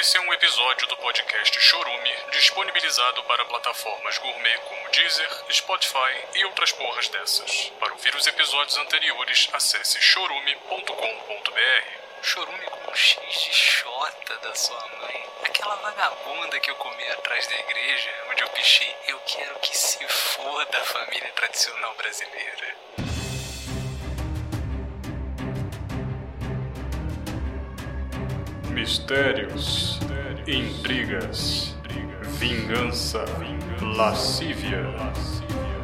Esse é um episódio do podcast Chorume, disponibilizado para plataformas gourmet como Deezer, Spotify e outras porras dessas. Para ouvir os episódios anteriores, acesse chorume.com.br. Chorume com um X de Xota da sua mãe. Aquela vagabunda que eu comi atrás da igreja, onde eu pichei Eu quero que se foda a família tradicional brasileira. Mistérios, intrigas, vingança, lascívia,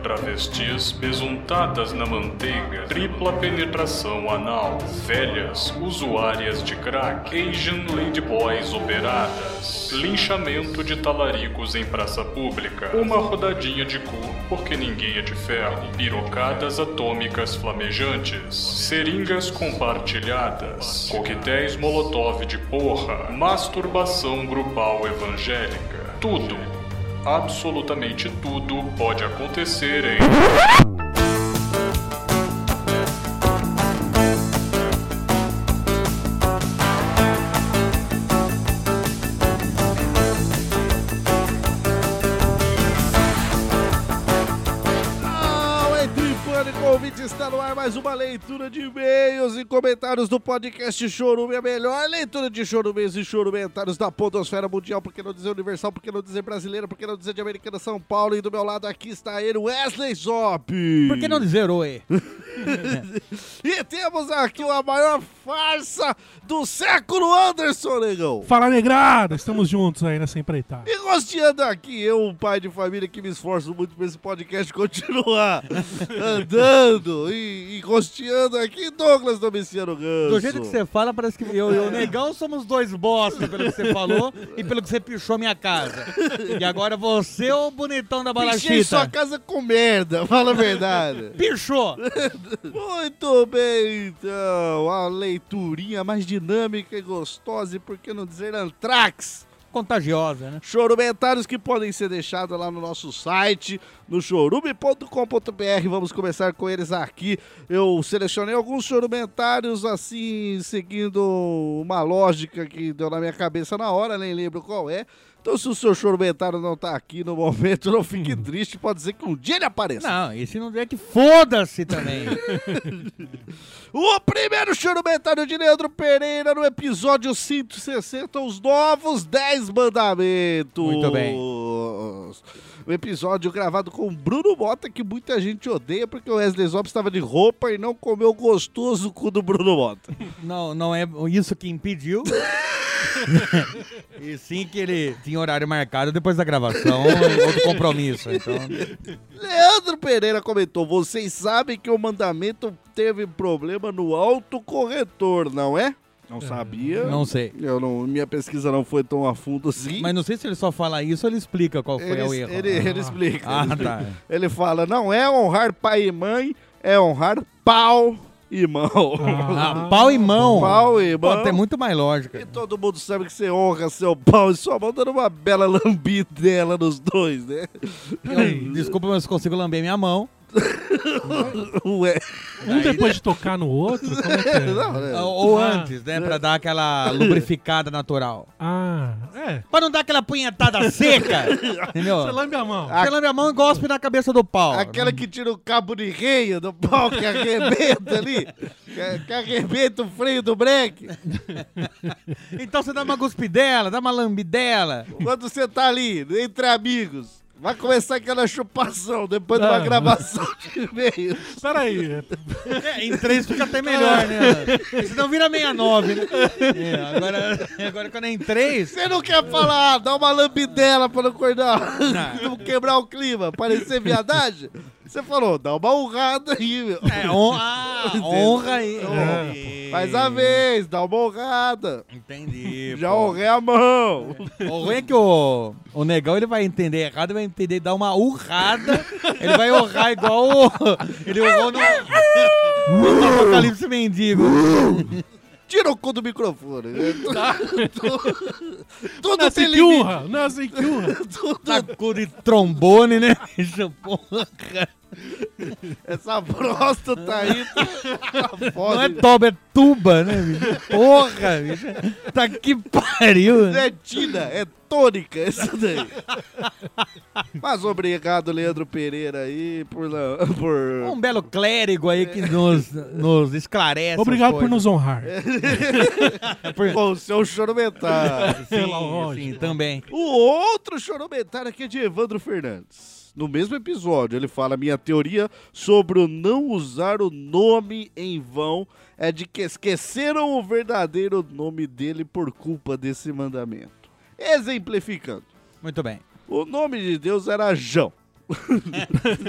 travestis besuntadas na manteiga, tripla penetração anal, velhas usuárias de crack, Asian ladyboys operadas, linchamento de talaricos em praça pública, uma rodadinha de cu porque ninguém é de ferro, pirocadas atômicas flamejantes, seringas compartilhadas, coquetéis molotov de porra, masturbação grupal evangélica. Tudo, absolutamente tudo pode acontecer em. Fala, entre pânico, ouvinte, está no ar mais uma leitura de e-mails e comentários do podcast Chorume, a melhor leitura de chorumes e chorumentários da podosfera mundial, porque não dizer universal, porque não dizer brasileira, porque não dizer de americana São Paulo, e do meu lado aqui está ele, Wesley Zop. Por que não dizer oi? E temos aqui a maior farsa do século, Anderson, negão. Fala negrada, estamos juntos aí nessa empreitada. E rosteando aqui, eu, um pai de família que me esforço muito pra esse podcast continuar andando e, e rosteando aqui, Douglas Domiciano Ganso. Do jeito que você fala, parece que eu e o Negão somos dois bosta, pelo que você falou e pelo que você pichou minha casa. E agora você, é o bonitão da Enchei sua balachita, casa com merda, fala a verdade. pichou. Muito bem, então. A leiturinha mais dinâmica e gostosa, e por que não dizer antrax? Contagiosa, né? Chorumentários que podem ser deixados lá no nosso site, no chorume.com.br. Vamos começar com eles aqui. Eu selecionei alguns chorumentários assim, seguindo uma lógica que deu na minha cabeça na hora, nem lembro qual é. Então, se o seu chorumentário não tá aqui no momento, não fique triste, pode ser que um dia ele apareça. Não, e se não der que foda-se também. O primeiro churumentário de Leandro Pereira no episódio 160, os novos 10 mandamentos. Muito bem. Um episódio gravado com Bruno Mota, que muita gente odeia, porque o Wesley Zop estava de roupa e não comeu o gostoso cu do Bruno Mota. Não, não é isso que impediu. e sim que ele tinha horário marcado depois da gravação, um outro compromisso. Então, Leandro Pereira comentou, vocês sabem que o mandamento teve problema no autocorretor, não é? Não sabia. não sei. Eu não, minha pesquisa não foi tão a fundo assim. Mas não sei se ele só fala isso ou ele explica qual foi o Ele, erro. ele- ele explica. Ah, ele, explica. tá. Ele fala: não é honrar pai e mãe, é honrar pau e mão. Ah, pau e mão. Pau e Pô, mão. tem muito mais E lógica. todo mundo sabe que você honra seu pau e sua mão dando uma bela lambida nela nos dois, né? Eu- um desculpa, mas consigo lamber minha mão. Ué. Um depois de tocar no outro, como é que é? Não, né? Ou, ou Ah. antes, né? Pra dar aquela lubrificada natural. Ah, é. Pra não dar aquela punhetada seca. entendeu? Você lambe a mão. Você lambe a mão e gospe na cabeça do pau. Aquela que tira o cabo de reia do pau que arrebenta ali, que, que arrebenta o freio do breque. Então você dá uma guspidela, dá uma lambidela. Quando você tá ali, entre amigos, vai começar aquela chupação depois de uma Ah. gravação de meio. Peraí. É, em três fica até melhor, né? Senão vira 69, né? É, agora, agora quando é em três, Você não quer falar, dá uma lambidela pra não acordar, não quebrar o clima, parecer viadagem? Você falou, dá uma honrada aí, meu. é hon- ah, honra aí. É, Faz a vez, dá uma honrada. Entendi. Já pô. honrei a mão. O ruim é que o, o negão ele vai entender errado, ele vai entender dar uma urrada, ele vai urrar igual o, ele urrou no, no Apocalipse Mendigo. Tira o cu do microfone. né? Tudo- Tudo Nasce tem é assim que limite. Tá urra, nasce que urra. Tudo Saco de trombone, né? bicho? Porra. Essa próstata aí tá Não é foda. toba, é tuba, né, bicho? Porra, bicho. Tá que pariu. Não né? é Tina, é tônica essa daí. Mas obrigado, Leandro Pereira aí, por... la- por... Um belo clérigo aí que nos, nos esclarece. as Obrigado por coisas. nos honrar. Por- Com o seu choromentário. Sim, Pela sim, lógico. também. O outro choromentário aqui é de Evandro Fernandes. No mesmo episódio, ele fala: minha teoria sobre o não usar o nome em vão é de que esqueceram o verdadeiro nome dele por culpa desse mandamento. Exemplificando, Muito bem. o nome de Deus era Jão.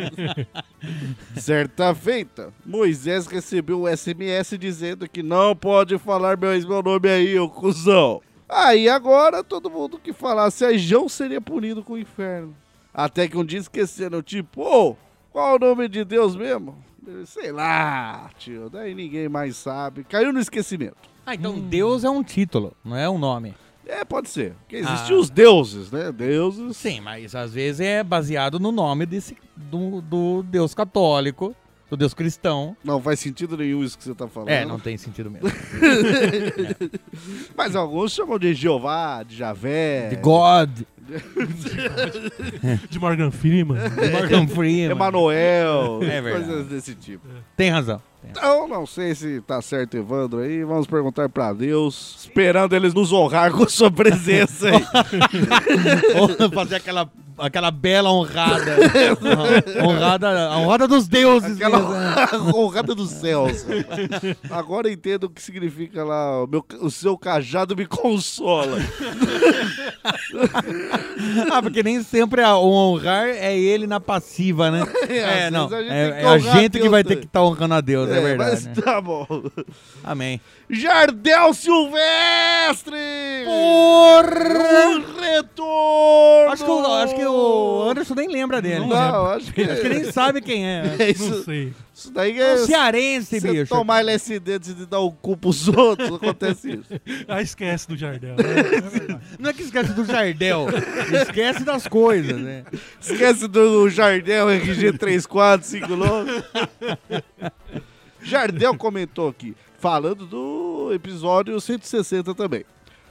Certa feita, Moisés recebeu um SMS dizendo que não pode falar meu, meu nome aí, ô cuzão. Aí agora todo mundo que falasse Ajão seria punido com o inferno. Até que um dia esqueceram, tipo, ô, qual o nome de Deus mesmo? Ele, Sei lá, tio, daí ninguém mais sabe. Caiu no esquecimento. Ah, então Deus é um título, não é um nome. É, pode ser. Porque existem Ah. os deuses, né? Deuses. Sim, mas às vezes é baseado no nome desse, do, do Deus católico, do Deus cristão. Não faz sentido nenhum isso que você tá falando. É, não tem sentido mesmo. Mas alguns chamam de Jeová, de Javé, É. De God, De Morgan Freeman. de Morgan Freeman. Emanuel, É verdade. coisas desse tipo. Tem razão. Então, não sei se tá certo, Evandro, aí. Vamos perguntar pra Deus, esperando eles nos honrar com sua presença aí. Ou fazer aquela, aquela bela honrada. honrada. A honrada dos deuses. Aquela mesmo. honrada dos céus. rapaz. Agora eu entendo o que significa lá, o, meu, o seu cajado me consola. Ah, porque nem sempre a- o honrar é ele na passiva, né? É, às É, vezes não. a gente tem que é é a honrar gente que Deus vai ter também. que estar honrando a Deus, é, verdade. Mas né? tá bom. Amém. Jardel Silvestre! Porra! Um retorno! Acho que, o, acho que o Anderson nem lembra dele. Não, acho que... Acho que nem sabe quem é. É Não isso, sei. isso daí É é... um cearense, Você bicho. tomar LSD antes de dar o cu pros outros, acontece isso. Ah, esquece do Jardel. né? Não é que esquece do Jardel. esquece das coisas, né? Esquece do Jardel RG345. Jardel comentou aqui, falando do episódio 160 também.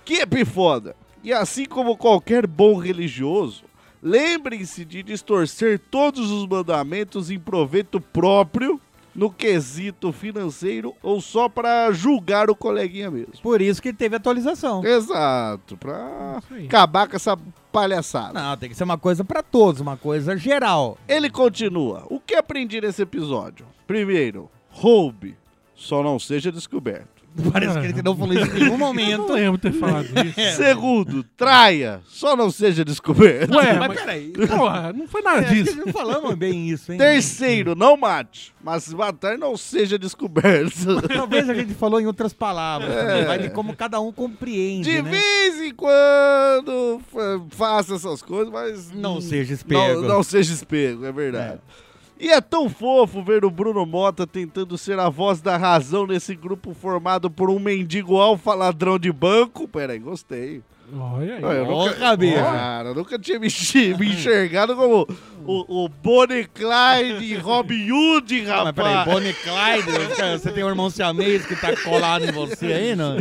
Que epifoda! E assim como qualquer bom religioso, lembrem-se de distorcer todos os mandamentos em proveito próprio no quesito financeiro ou só para julgar o coleguinha mesmo. Por isso que teve atualização. Exato, pra Isso aí. acabar com essa palhaçada. Não, tem que ser uma coisa pra todos, uma coisa geral. Ele continua. O que aprendi nesse episódio? Primeiro, roube, só não seja descoberto. Parece que ele não é, falou isso em nenhum Eu não momento. lembro ter falado isso. Segundo, traia, só não seja descoberto. Ué, mas mas- peraí. Porra, não foi nada É, acho que disso. não falamos bem isso, hein? Terceiro, não mate, mas se matar não seja descoberto. Talvez a gente falou em outras palavras. também, Vai de como cada um compreende, De né? vez em quando fa- faça essas coisas, mas Não hum, seja espego. Não, não seja espego, é verdade. E é tão fofo ver o Bruno Mota tentando ser a voz da razão nesse grupo formado por um mendigo alfa ladrão de banco. Peraí, gostei. Olha aí. Olha, eu Porra, bicho. Cara, eu nunca tinha me, enx- me enxergado como o, o Bonnie Clyde e Robin Hood, Ah, Mas peraí, rapaz. Bonnie e Clyde, cara, você tem o irmão siamês que tá colado em você aí, não?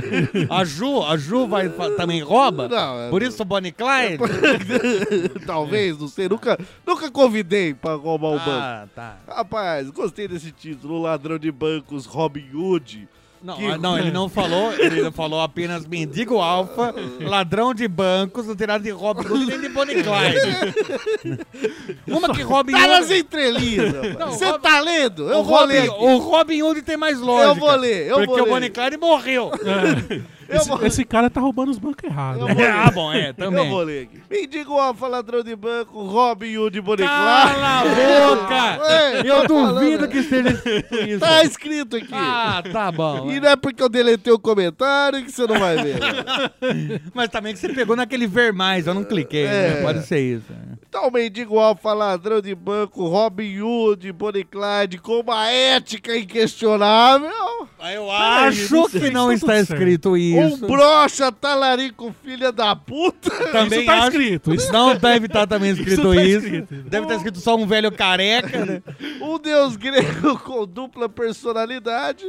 A Ju, a Ju vai, fa- também rouba? Não, é- Por isso Bonnie e Clyde? Talvez, não sei, nunca, nunca convidei pra roubar o banco. Ah, tá. Rapaz, gostei desse título, Ladrão de Bancos Robin Hood. Não, Que- ah, não, ele não falou, ele falou apenas mendigo alfa, ladrão de bancos, não tem nada de Robin Hood nem de Bonnie e Clyde. Uma que Robin Tá nas Hood... entrelinhas, Não, rapaz. Você Robin- tá lendo? Eu o vou Robin, ler. aqui. o Robin Hood tem mais lógica. Eu vou ler, eu porque vou o Bonnie ler. e Clyde morreu. Eu Esse, vou- esse cara tá roubando os bancos errados. né? Eu vou- ah, bom, é, também. Eu vou ler aqui. Mendigo Alfa, ladrão de banco, Robin Hood Boniclar. Cala a boca! Ué, tô Eu falando. duvido que esteja escrito isso. Tá escrito aqui. Ah, tá bom. E não é porque eu deletei o comentário que você não vai ver. Mas também que você pegou naquele ver mais, eu não cliquei. É. né? Pode ser isso. né? Tal mendigo alfa, ladrão de banco, Robin Hood, Bonnie Clyde, com uma ética inquestionável. eu aí, acho não sei que se não tá está tudo certo. escrito isso. Um broxa talarico, filha da puta. Também Isso tá acho- escrito, isso- Não deve estar também escrito tá isso. escrito. Deve estar escrito só um velho careca, né? Um deus grego com dupla personalidade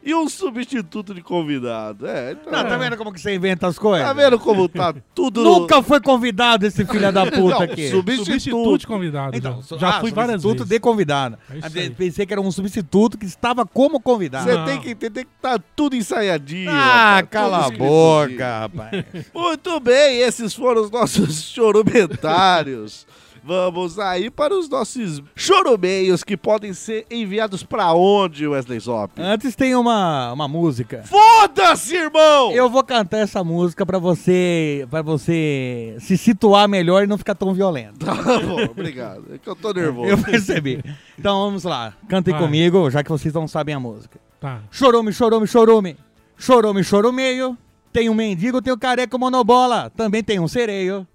e um substituto de convidado. É, então, Não, tá vendo como que você inventa as coisas? tá vendo como tá tudo... Nunca foi convidado esse filho da puta Não, aqui. substituto de substituto. convidado. Então, já su- já ah, fui várias substituto vezes. de convidado. É isso Ah, de- aí. Pensei que era um substituto que estava como convidado. Você Não. tem que entender que tá tudo ensaiadinho. Ah, rapaz, tá cala a tudo escritozinho. boca, rapaz. Muito bem, esses foram os nossos chorumentários. Vamos aí para os nossos chorumeios que podem ser enviados pra onde, Wesley Zop? Antes tem uma, uma música. Foda-se, irmão! Eu vou cantar essa música pra você, para você se situar melhor e não ficar tão violento. Tá bom, obrigado. É que eu tô nervoso. Eu percebi. Então vamos lá. Cantem Vai. comigo, já que vocês não sabem a música. Tá. Chorume, chorume, chorume. Chorume, chorumeio. Tem um mendigo, tem o careca o monobola. Também tem um sereio.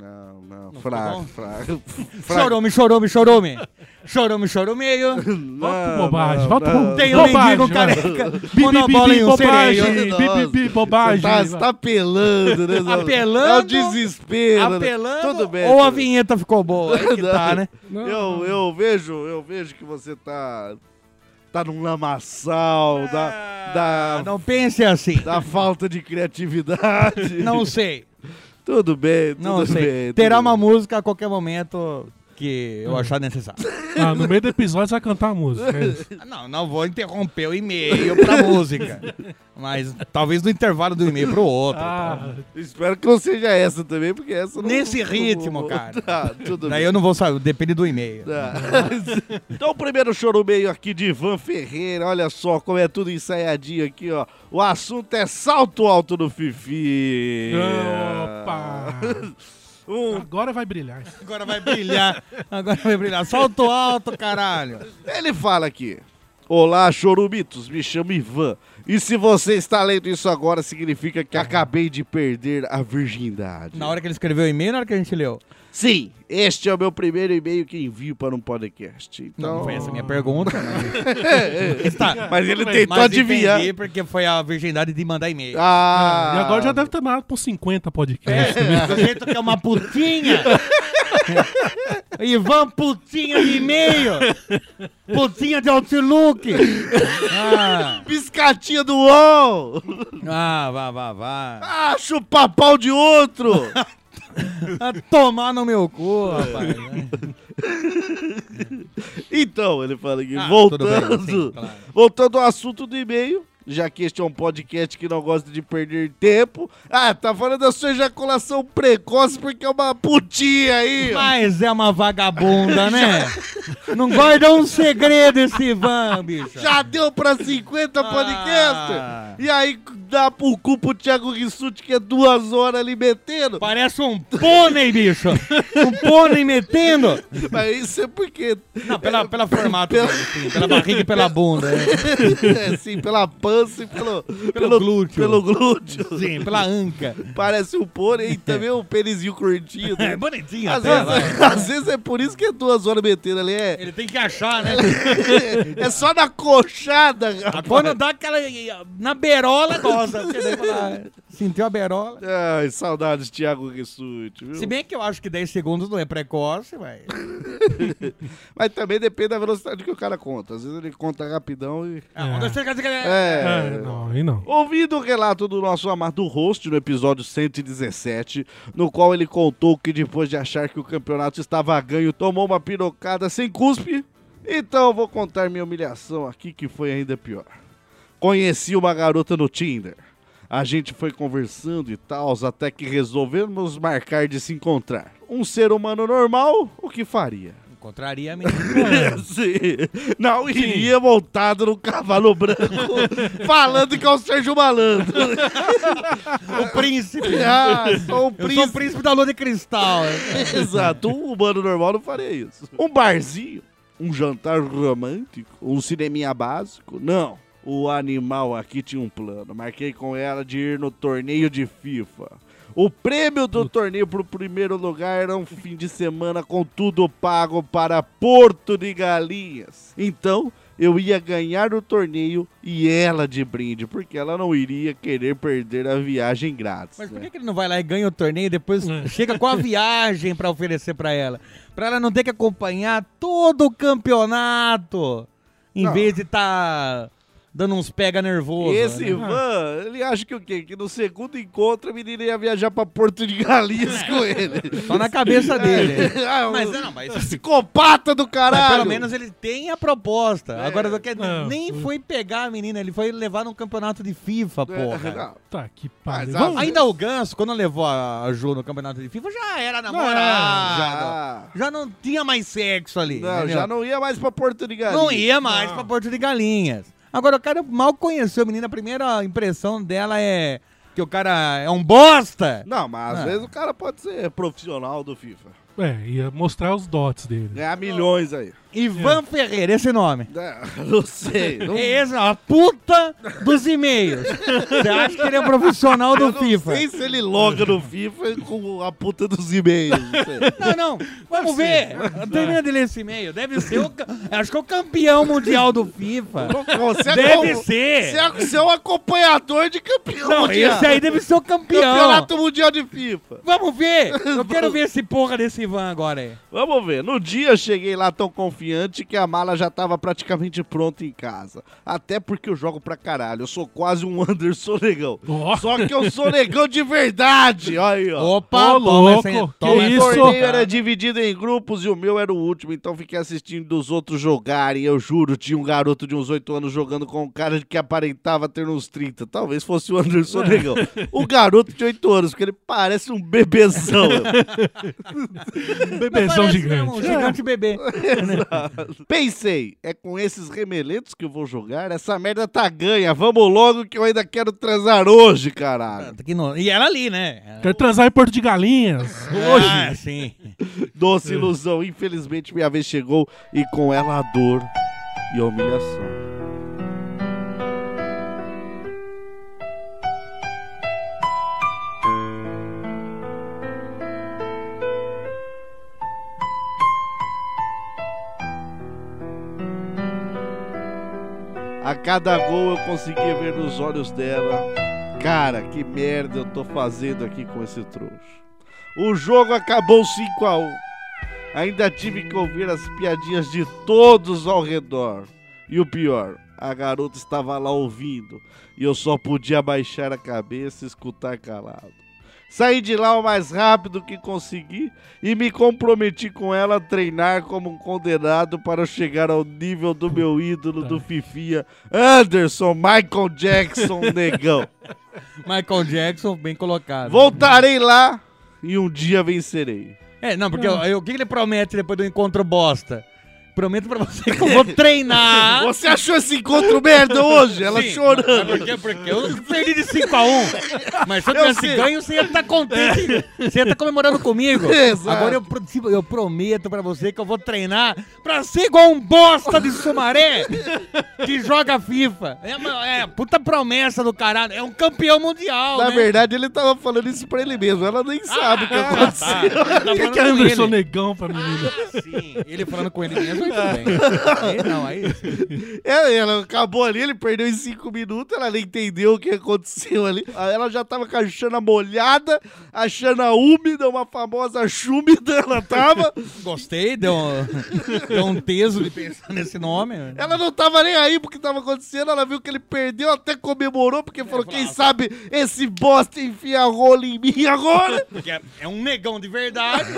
Não, não, ficou fraco, bom? fraco. fraco. Chorume, chorume, chorume. Chorume, chorumeio. Volta Não, bobagem, não, volta não. Tem um Bobagem, mendigo, um vai. careca, Bi, bi, bi, monobola bi, e um sereio. bobagem, Nossa. bi, bi, bi, Você bobagem. tá, você tá apelando, né? Zop? Apelando. É o desespero. né? Apelando Tudo bem. ou a tudo bem. vinheta ficou boa? Aí que tá, né? Não, Eu, eu vejo, eu vejo que você tá tá num lamaçal da da, Ah, Não pense assim. da falta de criatividade. Não sei. Tudo bem, tudo Não sei. bem. Terá tudo uma bem. Hum. música a qualquer momento que eu achar necessário. Ah, no meio do episódio você vai cantar a música. é isso. Ah, Não, não vou interromper o e-mail pra música. Mas talvez no intervalo do e-mail pro outro. Ah, Espero que não seja essa também, porque essa não Nesse não- ritmo, cara. Tá, tudo Daí bem. eu não vou saber, depende do e-mail. Tá. então, o primeiro choro meio aqui de Ivan Ferreira. Olha só como é tudo ensaiadinho aqui, ó. O assunto é salto alto no Fifi. Opa! Um Agora vai brilhar. Agora vai brilhar. Agora vai brilhar. Solta o alto, caralho. Ele fala aqui. Olá, chorumitos, me chamo Ivan. E se você está lendo isso agora, significa que acabei de perder a virgindade. Na hora que ele escreveu o e-mail, na hora que a gente leu. Sim, este é o meu primeiro e-mail que envio para um podcast. Não, Então, foi essa a minha pergunta. Mas, Está- mas ele Tudo bem, tentou mas adivinhar. entendi porque foi a virgindade de mandar e-mail. Ah, E agora já deve ter mandado por 50 podcasts. É, do jeito que é uma putinha. Ivan, putinha de e-mail. Putinha de Outlook. Ah, piscatinha do UOL! ah, vá, vá, vá. Ah, chupa pau de outro! Ah, tomar no meu cu, É. rapaz. então, ele fala aqui, Ah, tudo bem, voltando. sim, claro. Voltando ao assunto do e-mail, já que este é um podcast que não gosta de perder tempo. Ah, tá falando da sua ejaculação precoce porque é uma putinha aí. ó. Mas é uma vagabunda, né? Não guarda um segredo esse Ivan, bicho. Já deu pra 50 Ah. podcast? E aí dá pro cu pro Thiago Rissuti que é duas horas ali metendo? Parece um pônei, bicho. Um pônei metendo. Mas isso é porque... Não, pela, pela formato, dele, sim, pela barriga e pela bunda. né? é assim, pela pança e pelo... Pelo, glúteo. Pelo glúteo. Sim, pela anca. Parece um pônei e também um penizinho curtinho. né? É bonitinho Às até, vai. vezes, às vezes é por isso que é duas horas metendo ali. É, né? Ele tem que achar, né? É só na coxada, rapaz. Quando dá aquela. Na berola, gosta. porque daí fala, ah, Sentiu a berola. Ai, saudades, Thiago Rissuti, viu? Se bem que eu acho que 10 segundos não é precoce, vai. Mas também depende da velocidade que o cara conta. Às vezes ele conta rapidão e. Ah, um, dois, três, quatro, cinco, É. Ah, não, aí não. Ouvindo o relato do nosso amado host no episódio 117, no qual ele contou que depois de achar que o campeonato estava ganho, tomou uma pirocada sem cuspe. Então eu vou contar minha humilhação aqui, que foi ainda pior. Conheci uma garota no Tinder. A gente foi conversando e tal, até que resolvemos marcar de se encontrar. Um ser humano normal, o que faria? Encontraria mesmo. Sim. Não iria montado no cavalo branco falando que é o Sérgio Malandro. O príncipe. Ah, sou um Eu sou o príncipe. príncipe da lua de cristal. né? Exato, um humano normal não faria isso. Um barzinho, um jantar romântico, um cineminha básico, não. O animal aqui tinha um plano. Marquei com ela de ir no torneio de FIFA. O prêmio do torneio pro primeiro lugar era um fim de semana com tudo pago para Porto de Galinhas. Então, eu ia ganhar o torneio e ela de brinde, porque ela não iria querer perder a viagem grátis. Mas por né? que, que ele não vai lá e ganha o torneio e depois chega com a viagem pra oferecer pra ela? Pra ela não ter que acompanhar todo o campeonato. Em Não. vez de tá dando uns pega nervoso. Esse né? Ivan, ele acha que o quê? Que no segundo encontro a menina ia viajar pra Porto de Galinhas com ele. Só na cabeça dele. ah, mas é- o não, mas, Psicopata do mas caralho! pelo menos ele tem a proposta. Agora não quer- Não. nem foi pegar a menina, ele foi levar num campeonato de FIFA, porra. É, não. Tá que Mas pariu. a- Vamos, Ainda o Ganso, quando levou a Ju no campeonato de FIFA, já era Ah. namorada. Já, Já não tinha mais sexo ali. não, entendeu? já não ia mais pra Porto de Galinhas. Não ia mais Não. pra Porto de Galinhas. Agora, o cara mal conheceu a menina, a primeira impressão dela é que o cara é um bosta. Não, mas às Ah. vezes o cara pode ser profissional do FIFA. É, ia mostrar os dots dele. Ganhar milhões aí. Ivan Ferreira, esse nome. É, Não sei. É. Não, É esse, a puta dos e-mails. Você acha que ele é um profissional do eu não FIFA? sei se ele loga no FIFA com a puta dos e-mails. não sei. Não, não. Vamos ver. Termina de ler esse e-mail. Deve ser o. ca- Acho que é o campeão mundial do FIFA. Você é Deve como- ser. Você é- Você é um acompanhador de campeão Não, mundial. esse aí deve ser o campeão. Campeonato Mundial de FIFA. Vamos ver. Eu quero ver esse porra desse Ivan agora aí. Vamos ver. No dia cheguei lá tão confiante que a mala já tava praticamente pronta em casa. Até porque eu jogo pra caralho. Eu sou quase um Anderson Negão. Ó. Só que eu sou negão de verdade. Olha aí, ó. Opa, Ô, toma louco, essa- que toma O essa- isso? torneio era dividido em grupos e o meu era o último, então fiquei assistindo os outros jogarem. Eu juro, tinha um garoto de uns 8 anos jogando com um cara que aparentava ter uns 30. Talvez fosse o Anderson Negão. O garoto de 8 anos, porque ele parece um bebezão. Bebezão Parece gigante. mesmo Um gigante bebê. né? Pensei, é com esses remeletos que eu vou jogar? Essa merda tá ganha. Vamos logo que eu ainda quero transar hoje, caralho. Que no- E ela ali, né? Quer É. transar em Porto de Galinhas? Hoje. Ah, sim. Doce ilusão. Infelizmente, minha vez chegou e com ela a dor e a humilhação. A cada gol eu conseguia ver nos olhos dela. Cara, que merda eu tô fazendo aqui com esse trouxa. O jogo acabou 5 a 1. Ainda tive que ouvir as piadinhas de todos ao redor. E o pior, a garota estava lá ouvindo e eu só podia baixar a cabeça e escutar calado. Saí de lá o mais rápido que consegui e me comprometi com ela a treinar como um condenado para chegar ao nível do meu ídolo do Fifia, Anderson Michael Jackson Negão. Michael Jackson, bem colocado. Voltarei lá e um dia vencerei. É, não, porque ó, eu- o que que ele promete depois do encontro bosta? Prometo pra você que eu vou treinar. Você achou esse encontro merda hoje? Ela Ah, Sim, mas chorando. Por quê? Porque eu perdi de 5x1. Mas se eu Eu tivesse sei. É. ganho, você ia estar contente. Você ia estar comemorando comigo. Exato. Agora eu, pro- se- eu prometo pra você que eu vou treinar pra ser igual um bosta de Sumaré que joga FIFA. É, uma- é, puta promessa do caralho. É um campeão mundial. Na né? verdade, ele tava falando isso pra ele mesmo. Ela nem sabe o que Ah, aconteceu. tá. Tá falando Que que é com Anderson ele. Negão pra menina? Sim, ele falando com ele mesmo, aí tudo bem. Aí não, aí. Ela, É, ela acabou ali, ele perdeu em cinco minutos, ela nem entendeu o que aconteceu ali. Aí Ela já tava com a chana molhada, a chana úmida, uma famosa chúmida ela tava. Gostei, deu um, deu um teso de pensar nesse nome. né? Ela não tava nem aí porque tava acontecendo, ela viu que ele perdeu, até comemorou, É porque falou, quem sabe esse bosta enfia rola em mim agora. Porque é- é um negão de verdade.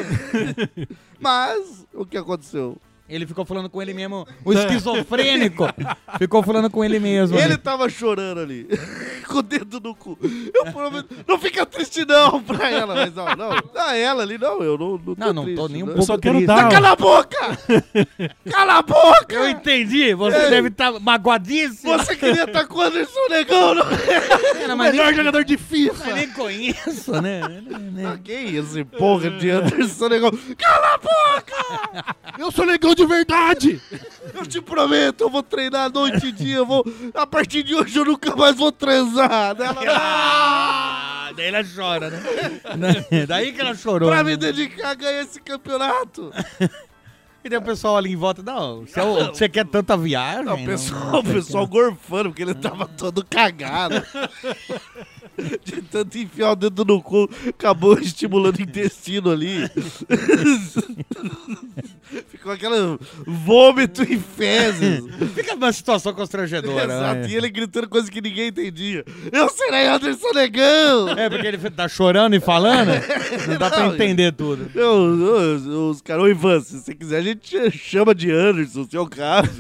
Mas, o que aconteceu? Ele ficou falando com ele mesmo, o esquizofrênico. ficou falando com ele mesmo. Ele Ele... tá- tava chorando ali, com o dedo no cu. Eu prometo, não fica triste não pra ela, mas não, não. Ah, ela ali, não, eu não, não tô Não, não triste, tô nem um não. pouco só quero triste. dar- Ah, Cala a boca! Cala a boca! Eu entendi, você deve estar magoadíssimo. Você queria estar com o Anderson Negão, não Cara, O mas melhor nem, jogador de mas FIFA! nem conheço, né? né? Ah, que esse porra de Anderson Negão? Cala a boca! Eu sou Negão de verdade! Eu te prometo, eu vou treinar noite e dia. Eu vou... A partir de hoje eu nunca mais vou transar. Daí Ela... Ah, daí ela chora, né? Né? daí que ela chorou. pra né? me dedicar a ganhar esse campeonato. E daí o pessoal ali em volta, não, você, é o- você quer tanta viagem? Não, o pessoal, o sei pessoal gorfando, porque ele tava todo cagado. De tanto enfiar o dedo no cu, acabou estimulando o intestino ali. Ficou aquele vômito e fezes. que. Fica numa situação constrangedora. Exato, né? e ele gritando coisa que ninguém entendia. Eu serei Anderson Negão! É, porque ele tá chorando e falando, não dá pra Não, entender tudo. Eu- eu- Os, caras, ô Ivan, se você quiser, a gente chama de Anderson, se é o caso.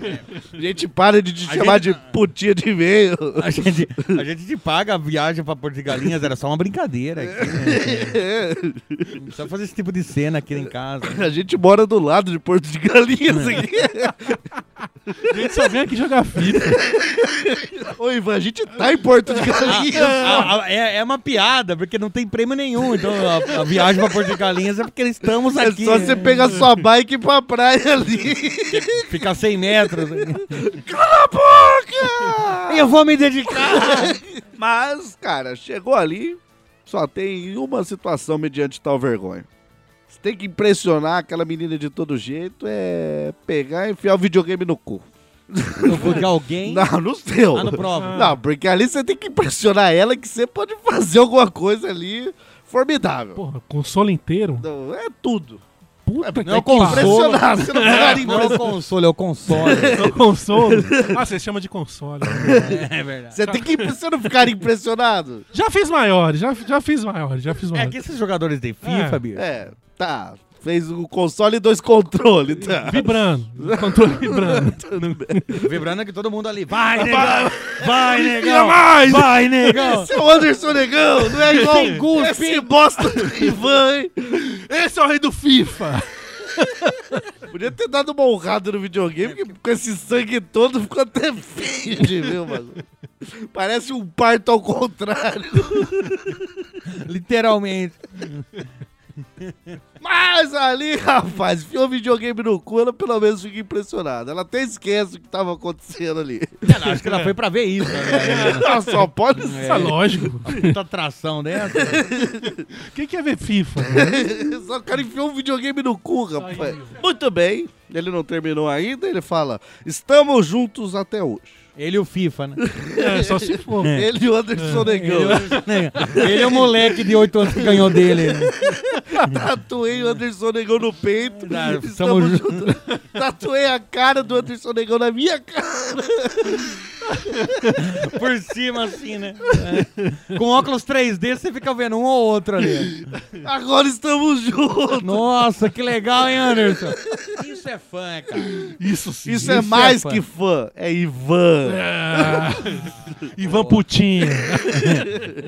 A gente para de te A chamar gente- de putinha de meio. A gente, a gente te paga a viagem pra Porto de Galinhas, era só uma brincadeira aqui, né? É. Não precisa fazer esse tipo de cena aqui em casa. A gente mora do lado de Porto de Galinhas aqui. A gente só vem aqui jogar FIFA. Ô, Ivan, a gente tá em Porto de Galinhas. A- a- é, é uma piada, porque não tem prêmio nenhum. Então a, a viagem pra Porto de Galinhas é porque estamos É aqui. só você pegar sua bike e ir pra praia ali. Ficar 100 metros. Cala a boca! Eu vou me dedicar. Mas, cara, chegou ali, só tem uma situação mediante tal vergonha. Você tem que impressionar aquela menina de todo jeito, é pegar e enfiar o videogame no cu. Eu vou de alguém. Não, no seu. Ah, no próprio. Não, porque ali você tem que impressionar ela que você pode fazer alguma coisa ali formidável. Porra, console inteiro? Não, é tudo. Puta que Não é o pariu. console. Impressionar, você não vai Não é o console, é o console. É o console. Ah, você chama de console. É verdade. Você tem que você não ficar impressionado. Já fiz maiores, já, já fiz maiores, já fiz É maiores. que esses jogadores de FIFA, É. bicho. É, tá. Fez um console e dois controles, tá? Vibrando, o controle vibrando. Vibrando que todo mundo ali. Vai, negão! Vai, Filha é mais! Vai, negão! Esse é o Anderson Negão, não é igual Sem cuspe, esse bosta do Ivan, hein? Esse é o rei do FIFA! Podia ter dado uma honrada no videogame, porque com esse sangue todo ficou até feio de ver, mano. Parece um parto ao contrário. Literalmente. Mas ali, rapaz, enfiou o videogame no cu, ela pelo menos fica impressionada. Ela até esquece o que tava acontecendo ali. Ela, acho que ela foi pra ver isso. Né? Ela só pode Isso é lógico. Muita atração dessa. Quem é quer ver FIFA? Só o cara enfiou um videogame no cu, rapaz. Saiu. Muito bem. Ele não terminou ainda, ele fala: Estamos juntos até hoje. Ele e o FIFA, né? É, só se for. Ele e o Anderson Negão. Ele é o moleque de 8 anos que ganhou dele. né? Tatuei o Anderson Negão no peito. Tá, tamo Estamos juntos. Tatuei a cara do Anderson Negão na minha cara. Por cima, assim, né? É. Com óculos 3D, você fica vendo um ou outro ali. Agora estamos juntos. Nossa, que legal, hein, Anderson? Isso é fã, cara. Isso sim. Isso é Isso é mais fã. que fã. É Ivan. Ah, Ivan Putinha.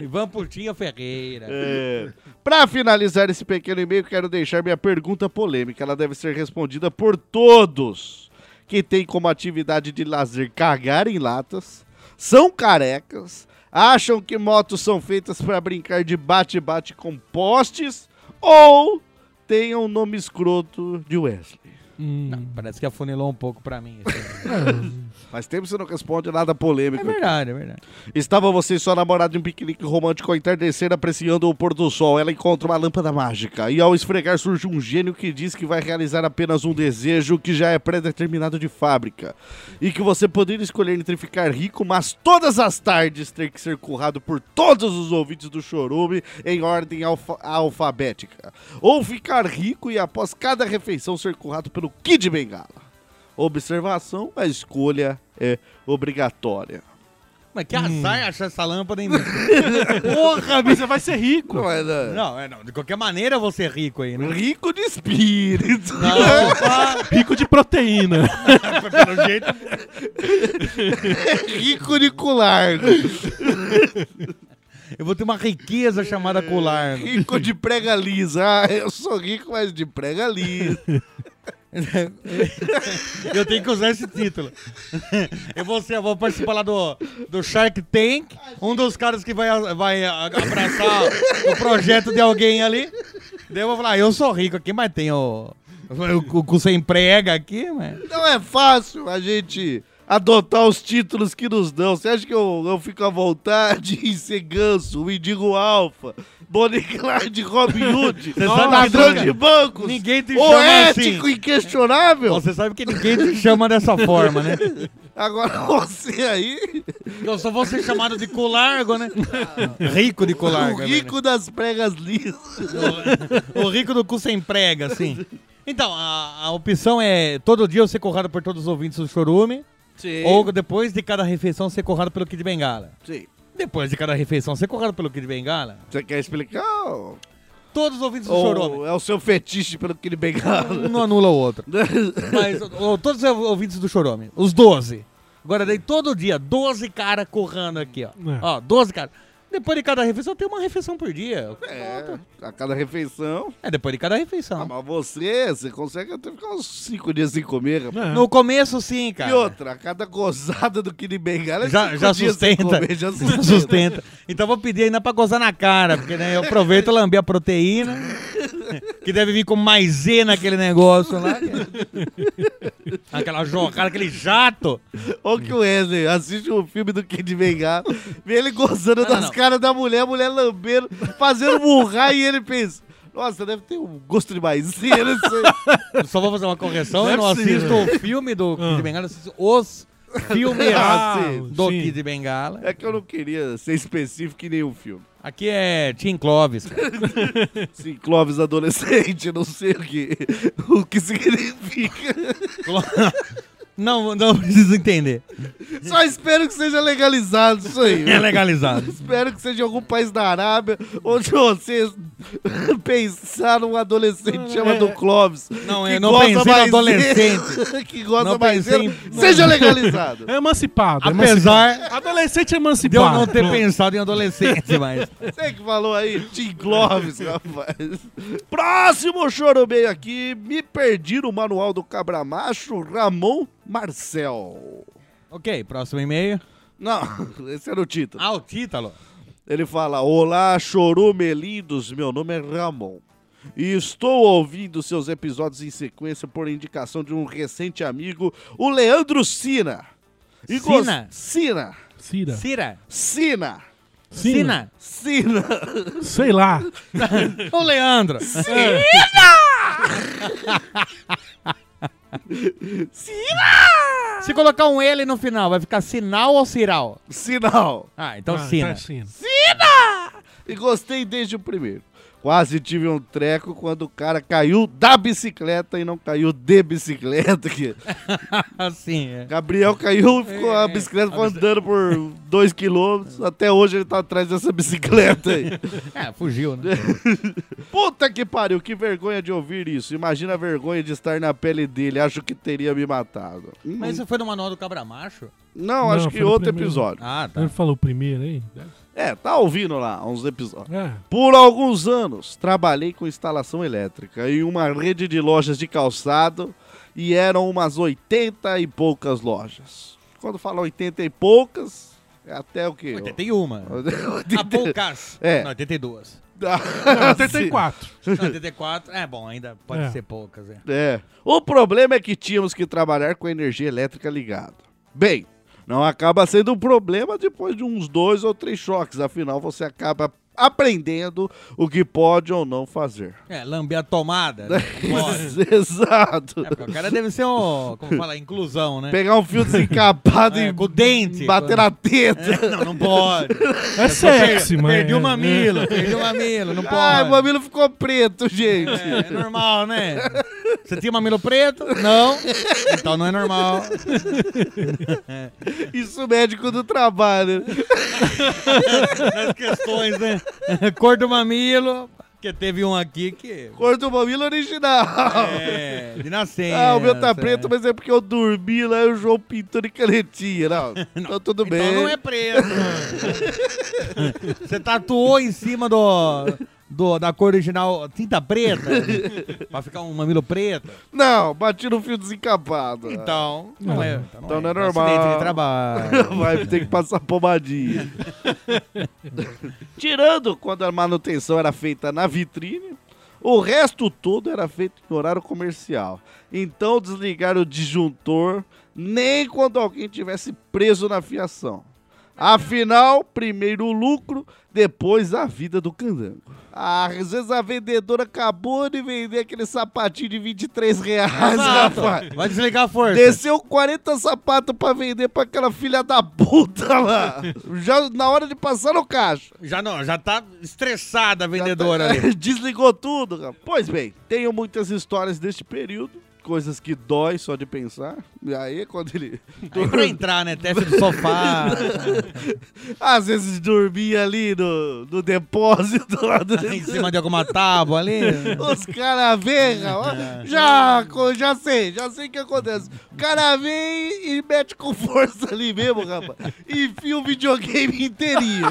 Ivan Putinha Ferreira. É. Pra finalizar esse pequeno e-mail, quero deixar minha pergunta polêmica. Ela deve ser respondida por todos que têm como atividade de lazer cagar em latas, são carecas, acham que motos são feitas pra brincar de bate-bate com postes ou tenham nome escroto de Wesley. Hum. Parece que afunilou um pouco pra mim. assim. Faz tempo que você não responde nada polêmico. É aqui. verdade, é verdade. Estava você e sua namorada em um piquenique romântico ao entardecer apreciando o pôr do sol. Ela encontra uma lâmpada mágica e ao esfregar surge um gênio que diz que vai realizar apenas um desejo que já é pré-determinado de fábrica e que você poderia escolher entre ficar rico, mas todas as tardes ter que ser currado por todos os ouvintes do chorume em ordem alfa- alfabética. Ou ficar rico e após cada refeição ser currado pelo Kid Bengala. Observação, a escolha é obrigatória. Mas que azar achar essa lâmpada em mim. Porra, bicho. Mas você vai ser rico. Não é, né? Não, é não. De qualquer maneira eu vou ser rico aí, né? Rico de espírito. Não, opa, Rico de proteína. pelo jeito. Rico de colar. Eu vou ter uma riqueza chamada colar. né? Rico de prega lisa. Ah, eu sou rico, mas de prega lisa. Eu tenho que usar esse título. Eu vou, ser, eu vou participar lá do, do Shark Tank, um dos caras que vai, a- vai a- abraçar o projeto de alguém ali. Daí eu vou falar, eu sou rico aqui, mas tenho O cu cu sem prega aqui, mas. Não é fácil a gente adotar os títulos que nos dão. Você acha que eu, eu fico à vontade em ser ganso, mendigo alfa, Bonnie Clyde, Robin Hood, Você sabe ladrão que- de bancos, Ninguém te o chama ético assim. inquestionável? Você sabe que ninguém te chama dessa forma, né? Agora você aí, Eu só vou ser chamado de colargo, né? Rico de colargo. o é rico das pregas lisas. verdade. o rico do cu sem prega, assim. Então, a, a opção é todo dia eu ser corrado por todos os ouvintes do chorume. Sim. Ou depois de cada refeição ser corrado pelo Kid Bengala. Sim. Depois de cada refeição ser corrado pelo Kid Bengala. Você quer explicar? Ou, Todos os ouvintes do chorume. ou é o seu fetiche pelo que ele bengala? Um não anula o outro. Mas ô, todos os ouvintes do Chorome, os 12. Agora dei todo dia, 12 caras correndo aqui, ó. É. Ó, 12 caras. Depois de cada refeição, tem uma refeição por dia. É, a cada refeição. É, depois de cada refeição. Ah, mas você, você consegue até ficar uns cinco dias sem comer, rapaz. É. no começo, sim, cara. E outra, a cada gozada do Kid Bengala é Já, cinco já dias sem sustenta. comer, já já sustenta. sustenta. Então vou pedir ainda pra gozar na cara, porque né, eu aproveito e lambi a proteína, que deve vir com maisena aquele negócio lá. que- Aquela jogada, aquele jato. Ou que o Wesley assiste um filme do Kid Bengala, vê ele gozando Não, não, das não. caras da mulher, a mulher lambendo, fazendo murrar, e ele pensa... Nossa, deve ter um gosto de maisena, não sei. Eu Só vou fazer uma correção, Não é eu não assisto possível. né? o filme do Kid Ah. Bengala, eu assisto os filmes Ah, sim, do sim. Kid Bengala. É que eu não queria ser específico em nenhum filme. Aqui é Tim Clovis. cara. Sim, Clóvis adolescente, eu não sei o que, o que significa. Clo- Não, não preciso entender. Só espero que seja legalizado isso aí. É legalizado. Espero que seja em algum país da Arábia onde vocês pensaram um adolescente chamado Clóvis. Não, que eu não goza pensei no maisena- adolescente. que gosta Não mais. pensei em- Seja legalizado. É emancipado. Apesar emancipado. Adolescente de eu emancipado. não ter Pronto. pensado em adolescente, mas. Você que falou aí, Tim Clóvis, rapaz. Próximo choro meio aqui. Me perdi no manual do Cabra Macho, Ramon Marcel. Ok, próximo e-mail. Não, esse era o título. Ah, o título. Ele fala: Olá, chorumelindos, meu nome é Ramon. E estou ouvindo seus episódios em sequência por indicação de um recente amigo, o Leandro Sina. E gos- Sina? Sina. Cira. Cira. Sina. Sina. Sina. Sei lá. Ô, Leandro. Se colocar um L no final, vai ficar sinal ou ciral? Sinal. Ah, então Ah, Sina. tá, Cina. E gostei desde o primeiro. Quase tive um treco quando o cara caiu da bicicleta e não caiu de bicicleta. Que Assim, é. Gabriel caiu e ficou a bicicleta foi andando por dois quilômetros. Até hoje ele tá atrás dessa bicicleta aí. É, fugiu, né? Puta que pariu, que vergonha de ouvir isso. Imagina a vergonha de estar na pele dele. Acho que teria me matado. Hum, Mas isso foi no Manual do Cabra Macho? não, Não, acho foi que no outro primeiro. episódio. Ah, tá. Ele falou primeiro aí. É, tá ouvindo lá uns episódios. É. Por alguns anos, trabalhei com instalação elétrica em uma rede de lojas de calçado e eram umas 80 e poucas lojas. Quando fala 80 e poucas, é até o quê? 81. A 80. poucas. É. Não, 82. Não, 84. Não, 84. É bom, ainda pode É. ser poucas, é. É. O problema é que tínhamos que trabalhar com energia elétrica ligada. Bem, não acaba sendo um problema depois de uns dois ou três choques, afinal você acaba aprendendo o que pode ou não fazer. É, lamber a tomada. né? Pode. Exato. É, porque o cara deve ser um. Como fala? Inclusão, né? Pegar um fio desencapado É, e com o dente. bater na teta. É, não, não pode. É sexy, mano. É, Perdi o mamilo, perdi o mamilo, não pode. Ai, Ah, o mamilo ficou preto, gente. É, é normal, né? Você tinha mamilo preto? Não. Então não é normal. É. Isso médico do trabalho. Nas questões, né? Cor do mamilo. Porque teve um aqui que. Cor do mamilo original. É, de nascença. Ah, o meu tá preto, mas é porque eu dormi lá e o João pintou de canetinha. Não, então tudo bem. Então não é preto. Você tatuou em cima do, do- da cor original tinta preta? pra ficar um mamilo preto? Não, bati no fio desencapado. Então, não, é. Então não é Um normal. Acidente de trabalho. Vai ter que passar pomadinha. Tirando quando a manutenção era feita na vitrine, O resto todo era feito em horário comercial. Então desligaram o disjuntor nem quando alguém tivesse preso na fiação. Afinal, primeiro o lucro, depois a vida do candango. Ah, às vezes a vendedora acabou de vender aquele sapatinho de 23 reais, Exato. rapaz. Vai desligar a força. Desceu 40 sapatos pra vender pra aquela filha da puta lá. Já na hora de passar no caixa. Já não, já tá estressada a Já vendedora tá- ali. Desligou tudo, cara. Pois bem, tenho muitas histórias deste período. Coisas que dói só de pensar. E aí, quando ele. Aí pra entrar, né? Teste do sofá. Às vezes dormia ali no, no depósito lá do. em cima de alguma tábua ali. Os caras vêm, Ah. rapaz. já, co- já sei, já sei o que acontece. O cara vem e mete com força ali mesmo, rapaz. Enfia o videogame inteirinho.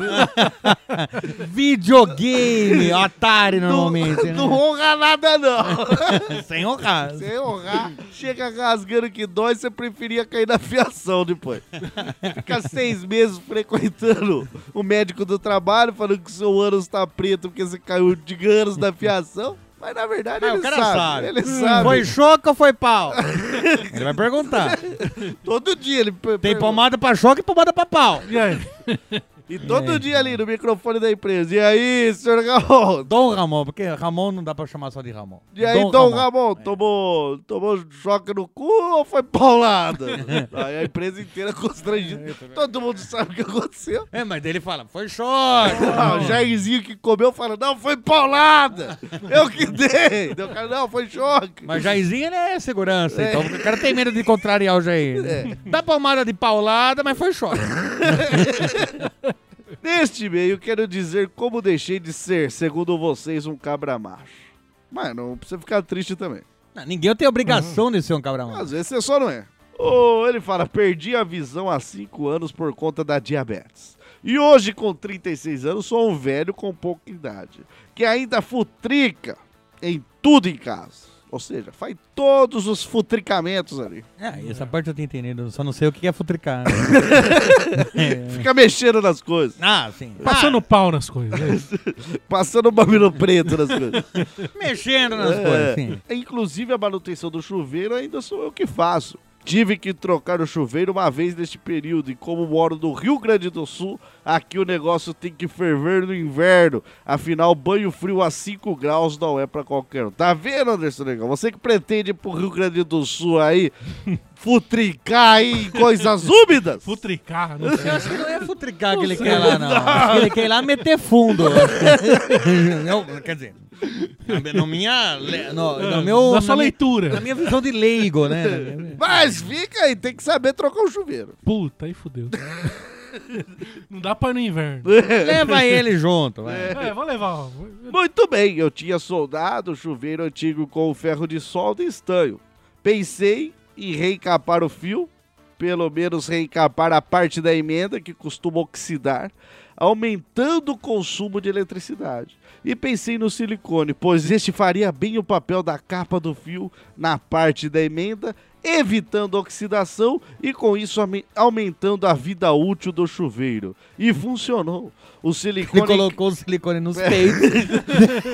Videogame, Atari normalmente, Não, não honra nada, não. né? Sem honrar. Você honrar, chega rasgando que dói, você preferia cair na fiação depois. Fica seis meses frequentando o médico do trabalho, falando que seu ânus tá preto porque você caiu de anos na fiação. Mas na verdade Ah, ele o cara sabe, sabe. Ele Hum, sabe. Foi choque ou foi pau? Ele vai perguntar. Todo dia ele. per- Tem per- pomada pra choque e pomada pra pau. E aí? E todo dia ali no microfone da empresa. E aí, senhor Galvão? Dom Ramon, porque Ramon não dá pra chamar só de Ramon. E aí, Dom, Ramon, tomou, tomou choque no cu ou foi paulada? aí a empresa inteira constrangida. Todo mundo sabe o que aconteceu. É, mas daí ele fala, foi choque. Ah, o Jairzinho que comeu fala, não, foi paulada. Eu que dei. Daí o cara, não, foi choque. Mas Jairzinho ele é segurança, É. então o cara tem medo de contrariar o Jair. É. né? Dá palmada de paulada, mas foi choque. Neste meio, quero dizer como deixei de ser, segundo vocês, um cabra macho. Mas não precisa ficar triste também. Não, ninguém tem obrigação Uhum. de ser um cabrão. Às vezes você só não é. Ou ele fala, perdi a visão há 5 anos por conta da diabetes. E hoje, com 36 anos, sou um velho com pouca idade, que ainda futrica em tudo em casa. Ou seja, faz todos os futricamentos ali. É, essa parte eu tenho entendido, só não sei o que é futricar. Fica mexendo nas coisas, Ah, sim. Passando pau nas coisas. é isso. passando o mamilo preto nas coisas. Mexendo nas É. coisas, sim. Inclusive, a manutenção do chuveiro ainda sou eu que faço. Tive que trocar o chuveiro uma vez neste período, e como moro no Rio Grande do Sul, aqui o negócio tem que ferver no inverno. Afinal, banho frio a 5 graus não é pra qualquer um. Tá vendo, Anderson Negão? Você que pretende ir pro Rio Grande do Sul aí, futricar aí em coisas úmidas? Futricar, não sei. Eu acho que não é futricar que ele quer lá, não. Acho que ele quer ir lá meter fundo. Eu- quer dizer, na, na minha. le- No, no meu, É. Na sua minha- leitura. na minha visão de leigo, né? Mas fica aí, tem que saber trocar o chuveiro. Puta, aí fudeu. não dá pra ir no inverno. Leva ele junto, vai. É, vou levar. ó. Muito bem, eu tinha soldado o chuveiro antigo com o ferro de solda e estanho. Pensei em reencapar o fio, pelo menos reencapar a parte da emenda que costuma oxidar, aumentando o consumo de eletricidade. E pensei no silicone, pois este faria bem o papel da capa do fio na parte da emenda, evitando a oxidação e com isso aume- aumentando a vida útil do chuveiro. E funcionou. O Ele silicone colocou o silicone nos peitos.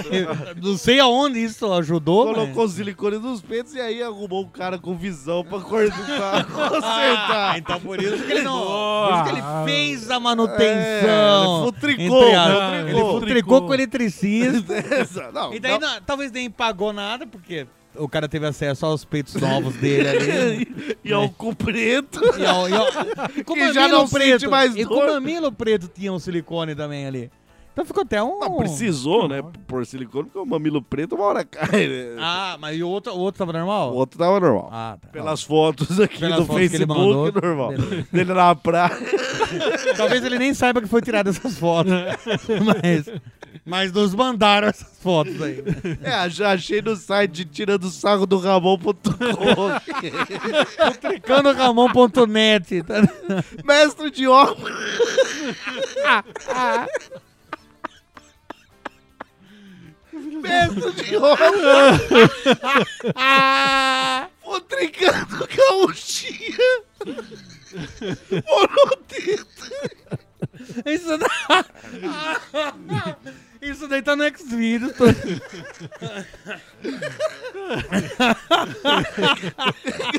não sei aonde isso ajudou. mas- Colocou silicone nos peitos e aí arrumou um cara com visão pra cortar, Ah, consertar. então por isso que ele não. Boa. Por isso que ele fez a É, ele manutenção. futricou, Entre aspas. futricou. Ele futricou com o eletricista. Beleza, não, E daí não. não- talvez nem pagou nada, porque o cara teve acesso aos peitos novos dele ali. E é um cu preto. e ao, e ao, e com Que já mamilo não sente preto. mais e com dor. mamilo preto tinha um silicone também ali. Então ficou até um. Não, precisou, né? Por silicone, porque o mamilo preto uma hora cai, né? Ah, mas e o outro, o outro tava O normal? outro tava normal. Ah, tá. Pelas fotos aqui Pelas do fotos que ele Facebook, mandou. normal. Beleza. Dele na praia. Talvez ele nem saiba que foi tirado essas fotos. mas, mas nos mandaram essas fotos aí. É, já achei no site tirando sarro do Ramon.com. Canoramon.net. Tá? Mestre de obra. Mestre de obra. Futricando gauchinha. Monoteta. Isso não... Isso daí tá no X-Video.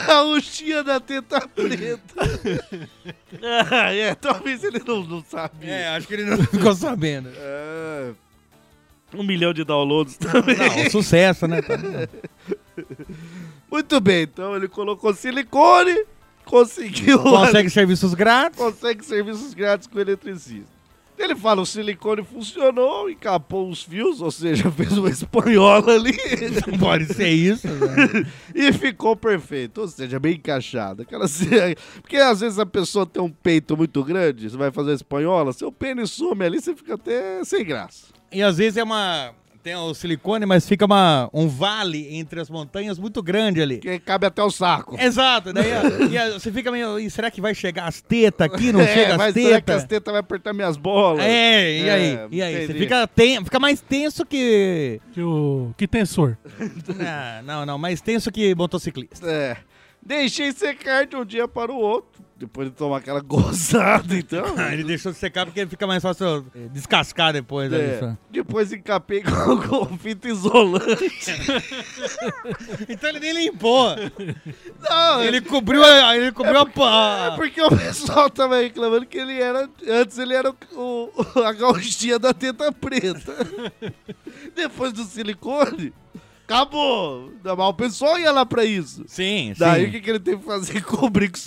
Gaúchinha da teta preta. ah, é, talvez ele não, não sabia. É, acho que ele não ficou sabendo. É. Um milhão de downloads também. Não, sucesso, né? Tá bom. Muito bem, então ele colocou silicone, conseguiu. Consegue serviços grátis. consegue serviços grátis com eletricista. Ele fala, o silicone funcionou, encapou os fios, ou seja, fez uma espanhola ali Pode ser isso. né? e ficou perfeito, ou seja, bem encaixado. Aquela... ce- Porque às vezes a pessoa tem um peito muito grande, você vai fazer a espanhola, seu pênis some ali, você fica até sem graça. E às vezes é uma. Tem o silicone, mas fica uma, um vale entre as montanhas muito grande ali. Porque cabe até o saco. É, Exato, daí ó, e aí você fica meio. "Ih, será que vai chegar as tetas aqui? Não É, chega as mas será que tetas? as tetas vai apertar minhas bolas? É, e aí? É, e aí? Você entendi. fica, ten... fica mais tenso que. Que, o... que tensor. Ah, não, não, mais tenso que motociclista. É. Deixei secar de um dia para o outro. Depois de tomar aquela gozada, então. Ah, ele deixou de secar porque fica mais fácil eh, descascar depois. ali, É. só. Depois encapei com, com fita isolante. Então ele nem limpou. Não, Ele cobriu a. Ele cobriu a pa- É porque o pessoal tava reclamando que ele era. Antes ele era o, o- a gauchinha da teta preta. Depois do silicone, acabou. Ainda mal o pessoal ia lá pra isso. Sim, sim. Daí o que, que ele teve que fazer? Cobrir com,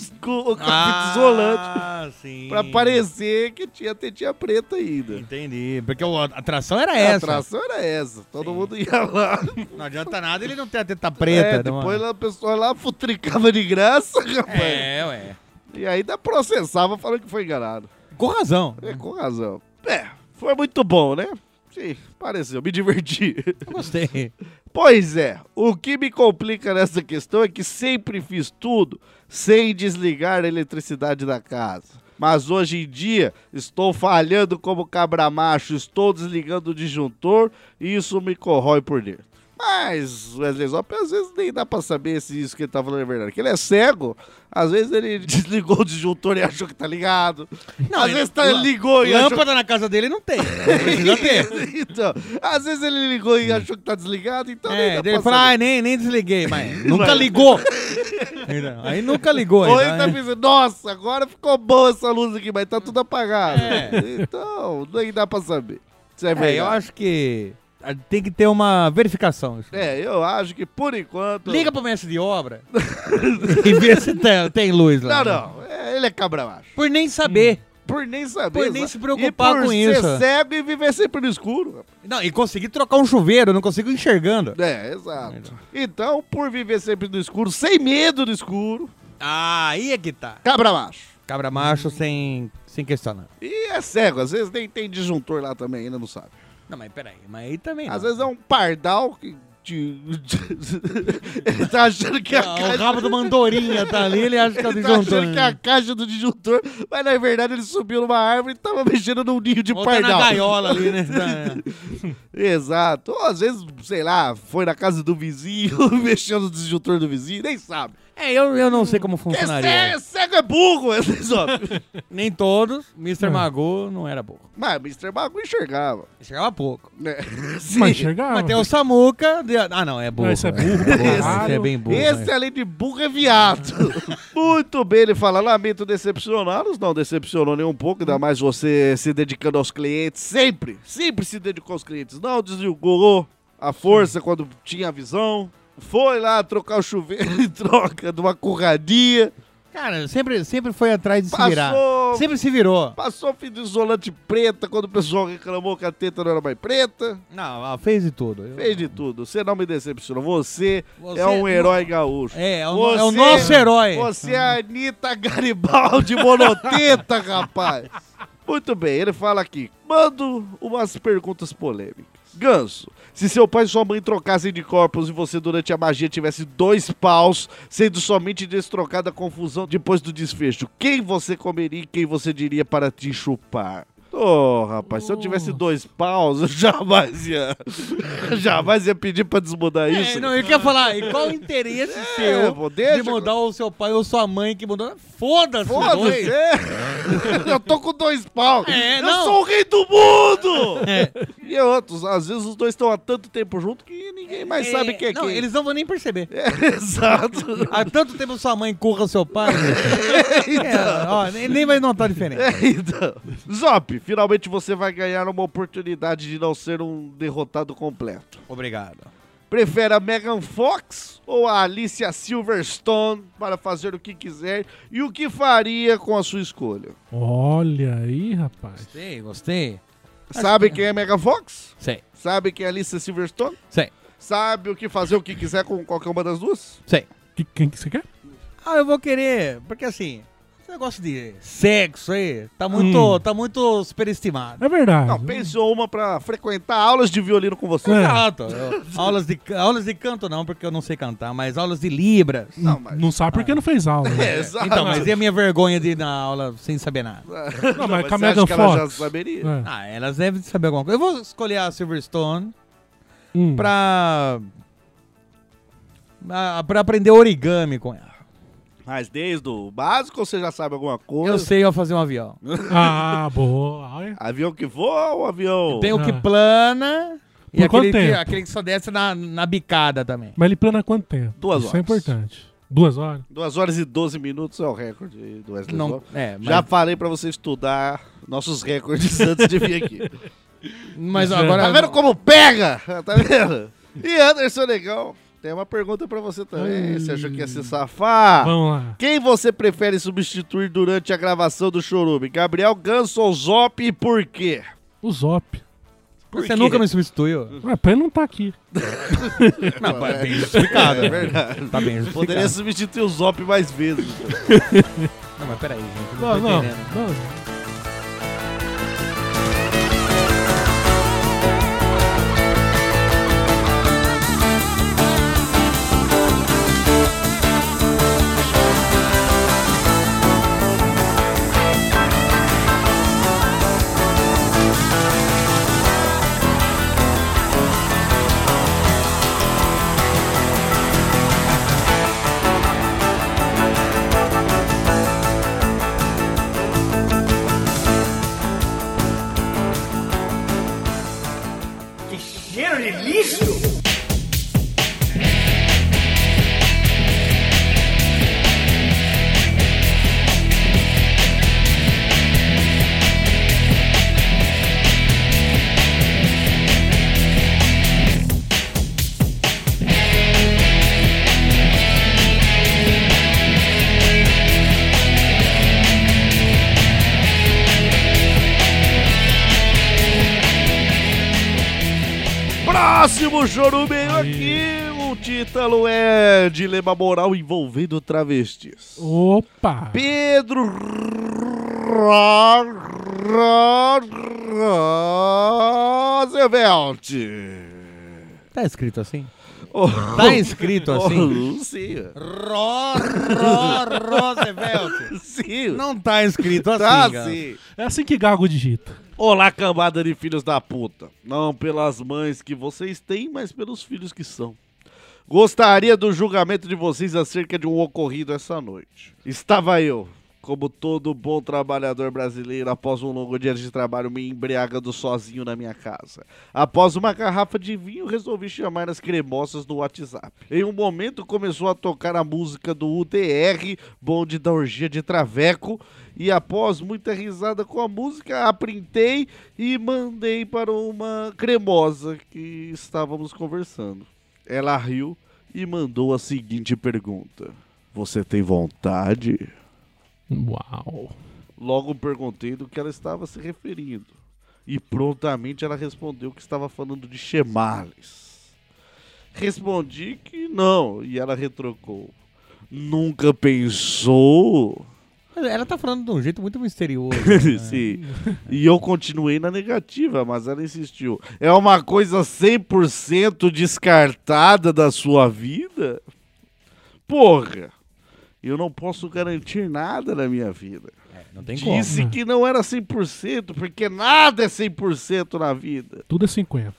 com, com a fita isolante. Ah, sim. Pra parecer que tinha tetinha preta ainda. Entendi. Porque o- a atração É era A É essa. atração era essa. Todo mundo ia lá. Não adianta nada ele não ter a teta preta. É, não- depois lá, a pessoa lá futricava de graça, rapaz. É, ué. E ainda processava falando que foi enganado. Com razão. É, com razão. É, foi muito bom, né? Sim, pareceu, me diverti. Eu gostei. Pois é, o que me complica nessa questão é que sempre fiz tudo sem desligar a eletricidade da casa. Mas hoje em dia estou falhando como cabra macho, estou desligando o disjuntor e isso me corrói por dentro. Mas Wesley Zop às vezes nem dá pra saber se isso que ele tá falando é verdade. Porque ele é cego, às vezes ele desligou o disjuntor e achou que tá ligado. às ele- vezes tá, ligou e achou Lâmpada na casa dele não tem. Precisa ter. então, às vezes ele ligou e achou que tá desligado, então nem É, dá daí ele pra fala, saber. ai, nem, nem desliguei, mas nunca Vai. ligou. Então, Aí nunca ligou. Ou ele ainda, tá né? pensando, nossa, agora ficou boa essa luz aqui, mas tá tudo apagado. É. Então, nem dá pra saber. Isso é É, eu verdade. acho que ah, tem que ter uma verificação. isso. É, eu acho que por enquanto. Liga pro mestre de obra e vê se tem, tem luz lá. Não, não. É, ele é cabra macho. Por nem saber. Por nem saber. Por nem sabe? se preocupar e por com ser isso. cego e viver sempre no escuro. rapaz. Não, e consegui trocar um chuveiro, eu não consigo enxergando. É, exato. Então, por viver sempre no escuro, sem medo do escuro, Ah, aí é que tá. cabra macho. Cabra macho sem, sem questionar. E é cego, às vezes nem tem disjuntor lá também, ainda não sabe. Não, mas peraí, mas aí também. Às não. vezes é um pardal que. te- ele tá achando que a Ah, caixa. O rabo do mandorinha tá ali, ele acha que é o Ele tá achando disjuntor. que é a caixa do disjuntor, mas na verdade ele subiu numa árvore e tava mexendo num ninho de Ou tá na pardal. gaiola ali, né? Tá- Exato. Ou às vezes, sei lá, foi na casa do vizinho, mexeu no disjuntor do vizinho, nem sabe. É, eu, eu não sei como É funcionaria. cego, cego é burro, é sabe? Nem todos. Mr. Hum. Mago não era burro. Mas Mr. Mago enxergava. Chegava pouco. Né? Mas Sim. enxergava. Mas tem o Samuca. de- Ah, não, é burro. Não, esse é burro, É, esse caralho. é bem burro. Esse, é... além de burro, é viado. Muito bem, ele fala, lamento decepcioná-los. Não decepcionou nem um pouco, ainda mais você se dedicando aos clientes. Sempre, sempre se dedicou aos clientes. Não desligou a força quando tinha a visão. Foi lá trocar o chuveiro em troca de uma curradia. Cara, sempre, sempre foi atrás de se é- Passou- virar. Sempre se virou. Passou fita isolante preta quando o pessoal reclamou que a teta não era mais preta. Não, ah, fez de tudo. Eu- Fez de tudo. Você não me decepcionou. Você, Você é um não- herói gaúcho. É, é o, Você- é o nosso herói. Você é a Anitta Garibaldi monoteta, rapaz. Muito bem, ele fala aqui. Mando umas perguntas polêmicas. Ganso, se seu pai e sua mãe trocassem de corpos e você durante a magia tivesse dois paus, sendo somente destrocada a confusão depois do desfecho, quem você comeria e quem você diria para te chupar? Ô, rapaz, se eu tivesse dois paus, eu jamais ia. jamais ia pedir pra desmudar isso. É, não, eu queria falar, e qual o interesse seu pô, deixa- de mudar o seu pai ou sua mãe que mudou? Foda-se, Foda-se! dois. Eu tô com dois pau! É, eu não. sou o rei do mundo! É. E é outros, às vezes os dois estão há tanto tempo junto que ninguém mais sabe quem é Não, quem. eles não vão nem perceber. É, exato. Há tanto tempo sua mãe curra seu pai. É, ó, nem, nem vai notar a diferença. É, então. Zop, finalmente você vai ganhar uma oportunidade de não ser um derrotado completo. Obrigado. Prefere a Megan Fox ou a Alicia Silverstone para fazer o que quiser e o que faria com a sua escolha? Olha aí, rapaz. Gostei, gostei. Sabe quem é a Megan Fox? Sei, Sabe quem é a Alicia Silverstone? sei, Sabe o que fazer o que quiser com qualquer uma das duas? sei. Que, quem que você quer? Ah, eu vou querer, porque assim, esse negócio de sexo aí tá muito, tá muito superestimado. É verdade. Não, pensou uma para frequentar aulas de violino com você. É. Exato. Eu- aulas, de, ca- aulas de canto não, porque eu não sei cantar, mas aulas de libras. Não, mas... Não sabe Ah. porque não fez aula. É, né? exato. Então, mas e a minha vergonha de ir na aula sem saber nada? Não, mas com você a acha Megan que ela já Fox. saberia? É. Ah, elas devem saber alguma coisa. Eu vou escolher a Silverstone Hum. pra. a- pra aprender origami com ela. Mas desde o básico você já sabe alguma coisa? Eu sei eu fazer um avião. Ah, boa. Olha. Avião que voa ou avião... Tem o que Ah. plana e Por quanto aquele que, tempo? aquele que só desce na, na bicada também. Mas ele plana quanto tempo? Duas Isso é horas. importante. Duas horas? 2 horas e 12 minutos é o recorde do Wesley Não, Zop. é, mas, Já falei pra você estudar nossos recordes antes de vir aqui. mas Já- agora. Tá vendo como pega? Tá vendo? E Anderson Negão, tem uma pergunta pra você também. Você achou que ia se Ah. safar? Vamos lá. Quem você prefere substituir durante a gravação do Chorume? Gabriel Ganso ou Zop e por quê? O Zop. Por Você quê? nunca me substituiu. Ué, pra ele não tá aqui. Não, tá bem justificado. É verdade. Tá bem justificado. Poderia substituir o Zop mais vezes. Não, mas peraí, gente. Não, tô Ah, não. Tá entendendo. não. Próximo Chorume aqui. O título é Dilema Moral envolvendo travestis. Opa. Pedro Roosevelt. Tá escrito assim? Oh, Tá escrito assim? oh, sim, Ró, ró, Roosevelt. sim. Não tá escrito assim, tá cara. sim. É assim que Gago digita. Olá, cambada de filhos da puta. Não pelas mães que vocês têm, mas pelos filhos que são. Gostaria do julgamento de vocês acerca de um ocorrido essa noite. Estava eu, como todo bom trabalhador brasileiro, após um longo dia de trabalho, me embriagando sozinho na minha casa. Após uma garrafa de vinho, resolvi chamar as cremosas no WhatsApp. Em um momento, começou a tocar a música do UDR, bonde da orgia de Traveco, e após muita risada com a música, a printei e mandei para uma cremosa que estávamos conversando. Ela riu e mandou a seguinte pergunta: Você tem vontade? Uau. Logo perguntei do que ela estava se referindo. E prontamente ela respondeu que estava falando de chemales. Respondi que não, e ela retrocou. Nunca pensou? Mas Ela tá falando de um jeito muito misterioso. Sim. E eu continuei na negativa, mas ela insistiu. É uma coisa 100% descartada da sua vida? Porra, eu não posso garantir nada na minha vida. É, não tem como. Disse que não era é 100%, porque nada é 100% na vida. Tudo é 50.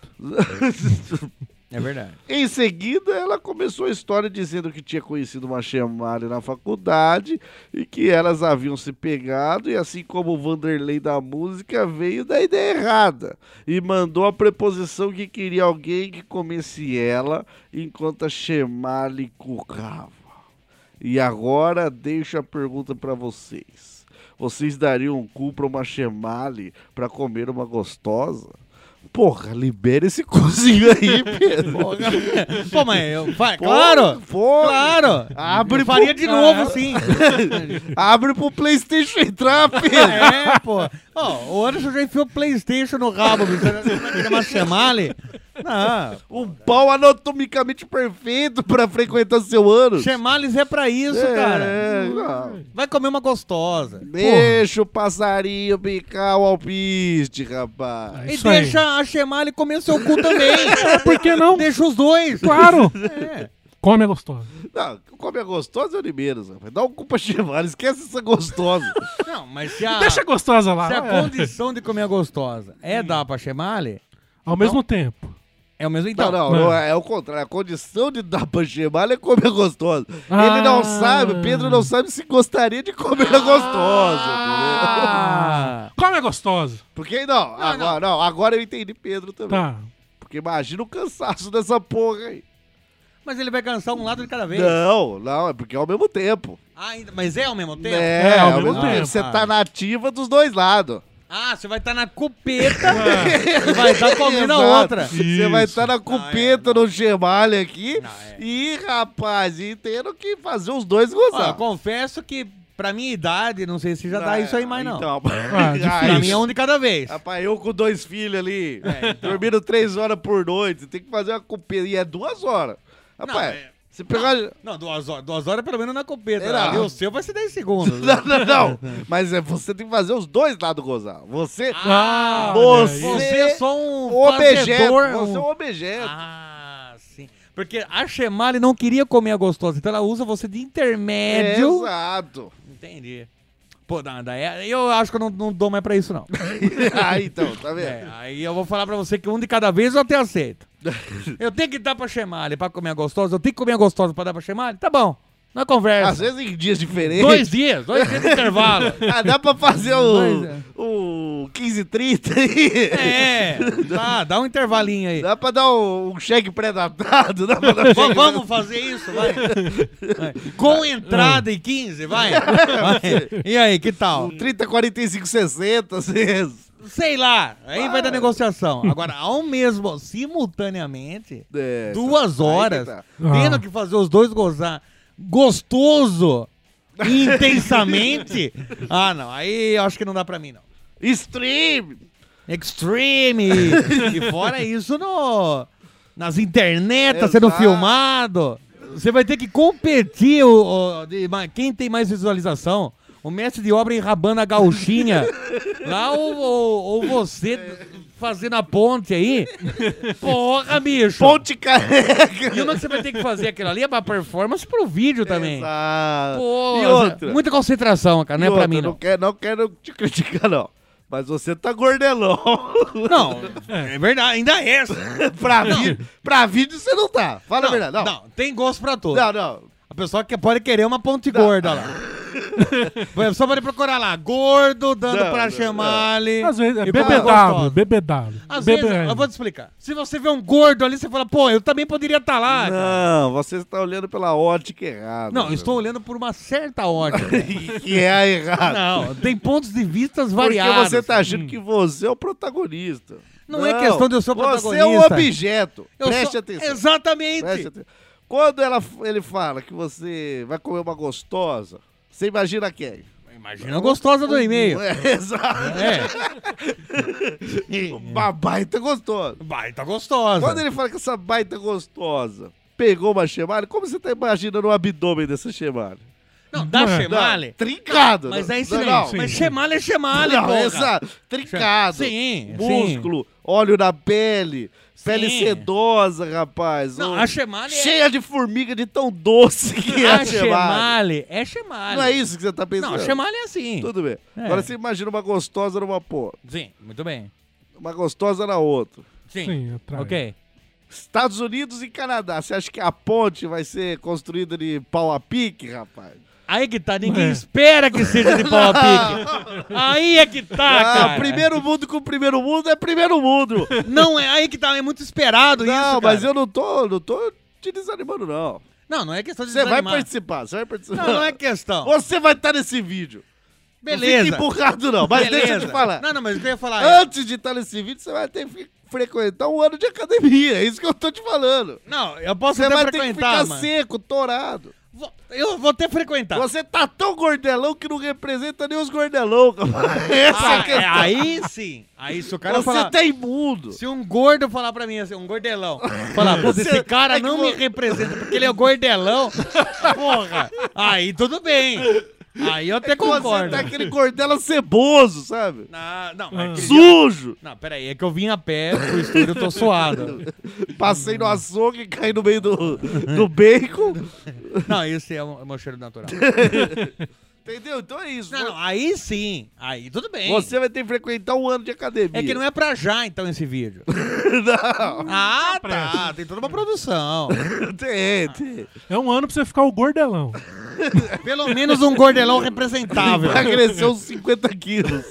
É verdade. Em seguida, ela começou a história dizendo que tinha conhecido uma chamada na faculdade e que elas haviam se pegado, e assim como o Vanderlei da música veio da ideia errada e mandou a preposição que queria alguém que comesse ela enquanto a chamada lhe cucava. E agora deixo a pergunta pra vocês. Vocês dariam um cu pra uma chemale pra comer uma gostosa? Porra, libera esse cozinho aí, Pedro. Pô, mas eu. fa- Pô, Ah, claro! pô. Claro! Abre Eu pro- faria de novo, sim. Abre pro Playstation entrar, Pedro. É, pô. Ó, o Anderson já enfiou Playstation no rabo, bicho. Você vai querer uma chamale? Não. Um pau anatomicamente perfeito pra frequentar seu ânus. Chamales é pra isso, cara. É, não. Vai comer uma gostosa. Porra. Deixa o passarinho picar o alpiste, rapaz. E É Isso aí. É, deixa a Chemale comer seu cu também. Por que não? Deixa os dois. Claro! É. Come é gostosa. Não, come a gostosa é de menos, rapaz. Dá um cu pra Chevalier, esquece essa gostosa. Não, mas se a, Deixa a Hum. gostosa lá. se a é. condição de comer a gostosa é dar pra Chemale, Ao mesmo Então- tempo. é o mesmo então. Não, não, Não. não, é o contrário. A condição de dar pra Chevalier é comer a gostosa. Ele não Ah. sabe, o Pedro não sabe se gostaria de comer a gostosa. entendeu? Ah, Come é gostosa. Porque não, agora, não. agora eu entendi Pedro também. Tá. Porque imagina o cansaço dessa porra aí. mas ele vai cansar um lado de cada vez. Não, não, é porque é ao mesmo tempo. Ah, ainainda, mas é ao mesmo tempo? É, É, ao mesmo, tempo. Você Ah. tá na ativa dos dois lados. Ah, você vai estar na cupeta e vai estar comendo a Exato. Tá outra. Você vai estar na cupeta é, não. no gemalho aqui. Não, é. E, rapaz, e tendo que fazer os dois gozar. Ó, eu confesso que pra minha idade, não sei se já dá Ah, isso aí mais não. Então, pra ah, mim é um É, então. de cada vez. Rapaz, eu com dois filhos ali, dormindo três horas por noite, tem que fazer uma cupeta. E é duas horas. Rapaz, é- você pegar. Não, duas horas, duas horas pelo menos na copeta. Era. Ali o seu vai ser 10 segundos. Não, não, não. Mas é, você tem que fazer os dois lados gozar. Você. Ah, Você- você é só um objeto. fazedor, Você é um- um objeto. Ah, sim. Porque a Chemale não queria comer a gostosa, então ela usa você de intermédio. Exato. Entendi. Pô, nada, é- eu acho que eu não, não dou mais pra isso, não. ah, então, tá vendo? É, aí eu vou falar pra você que um de cada vez eu até aceito. Eu tenho que dar pra Chemale pra comer a gostosa, eu tenho que comer a gostosa pra dar pra Chemale? Tá bom, não é conversa. Às vezes em dias diferentes. Dois dias, dois dias de intervalo. Ah, dá pra fazer Dois, é. o, o 15 30 aí. É, tá, dá um intervalinho aí. Dá pra dar um, um cheque pré-datado. Dá pra dar um V- vamos fazer isso, vai. Vai. Com entrada e 15, vai. Vai. E aí, que tal? um 30, 45, 60, às vezes. Sei lá, aí vai dar negociação. Agora, ao mesmo, simultaneamente, É, duas aí que horas, tá. tendo Ah. que fazer os dois gozar gostoso, e intensamente. Ah, não, aí eu acho que não dá pra mim, não. Stream! Extreme! e fora isso, no, nas internetas sendo Exato. filmado. Você vai ter que competir o, o- de ma- quem tem mais visualização. O mestre de obra enrabando a gauchinha. lá ou, ou, ou você fazendo a ponte aí. Porra, bicho! Ponte careca! E uma que você vai ter que fazer aquilo ali é pra performance pro vídeo também. Exato. Pô, e outra? Muita concentração, cara. Não E é outra, pra mim, Não não. quero, não quero te criticar, não. Mas você tá gordelão. Não, é verdade. Ainda é essa. pra, vi- pra vídeo você não tá. Fala a verdade. Não, não, tem gosto pra todos. não. não. A pessoa que pode querer uma ponte gorda lá. Vai, Só pode procurar lá, gordo, dando Não, pra não, chamar-lhe. Às vezes é e pra BBW, gostosa. BBW. Às BBW. vezes, eu vou te explicar. Se você vê um gordo ali, você fala, pô, eu também poderia estar lá. cara. Não, você está olhando pela ótica errada. Ah, Não, eu estou olhando por uma certa ordem. que é a errada. Não, tem pontos de vistas Porque variados. você tá achando que você é o protagonista. Não é questão de eu ser o Você é um protagonista. objeto. Eu Preste sou- atenção. Exatamente. Preste atenção. Quando ela, ele fala que você vai comer uma gostosa, você imagina quem? Imagina a gostosa do e-mail. É, exato. É, Hum. Uma baita gostosa. vai, tá gostosa. Quando ele fala que essa baita gostosa pegou uma chemale, como você tá imaginando o abdômen dessa chemale? Não, dá Não, chemale. Trincado. É Mas né? é isso Não, aí. não. Mas chemale é chemale, Não, porra. exato. Trincado. Sim, Músculo, óleo na pele, pele sedosa, rapaz. Não, Ô, a chemale é- Cheia de formiga de tão doce que é A a chemale. chemale é chemale. Não é isso que você tá pensando? Não, chamar é assim. Tudo bem. É. Agora você imagina uma gostosa numa porra, Sim, muito bem. uma gostosa na outra. Sim. Sim, atrai. ok. Estados Unidos e Canadá. Você acha que a ponte vai ser construída de pau a pique, rapaz? Aí que tá, ninguém espera que seja de pau a pique. Aí é que tá, Ah, cara. primeiro mundo com primeiro mundo é primeiro mundo. Não, é aí que tá, é muito esperado isso, não, cara. mas eu não tô, não tô te desanimando, não. Não, não é questão de Você vai desanimar. participar, você vai participar. Não, não é questão. Você vai estar nesse vídeo. Não Beleza. fica empurrado, não. Mas Beleza. deixa eu te falar. Ah, Não, não, mas o que eu ia falar é... Antes de estar nesse vídeo, você vai ter que frequentar um ano de academia. É isso que eu tô te falando. é, Não, eu posso Você até vai ter que frequentar, ficar mano. seco, torado. Vou- Eu vou até frequentar. Você tá tão gordelão que não representa nem os gordelão, cara. Essa é a Ah, é, questão. aí sim. Aí se o cara Você falar... tá imundo. Se um gordo falar pra mim assim, um gordelão, falar, pô, esse cara é que não vo- me representa porque ele é gordelão, porra, aí tudo bem. Aí eu até Você concordo. tá aquele gordela ceboso, sabe? Ah, não, mas aquele dia- Sujo. não, peraí, é que eu vim a pé pro estúdio, eu tô suado. Passei no açougue, caí no meio do, do bacon. Não, esse é o é o meu cheiro natural. Entendeu? Então é isso. Não, não, aí sim, aí tudo bem. Você vai ter que frequentar um ano de academia. É que não é pra já, então, esse vídeo. não. Ah, tá, tem toda uma produção. Tem, tem. É um ano pra você ficar o gordelão. Pelo menos um gordelão representável. Vai crescer uns 50 quilos.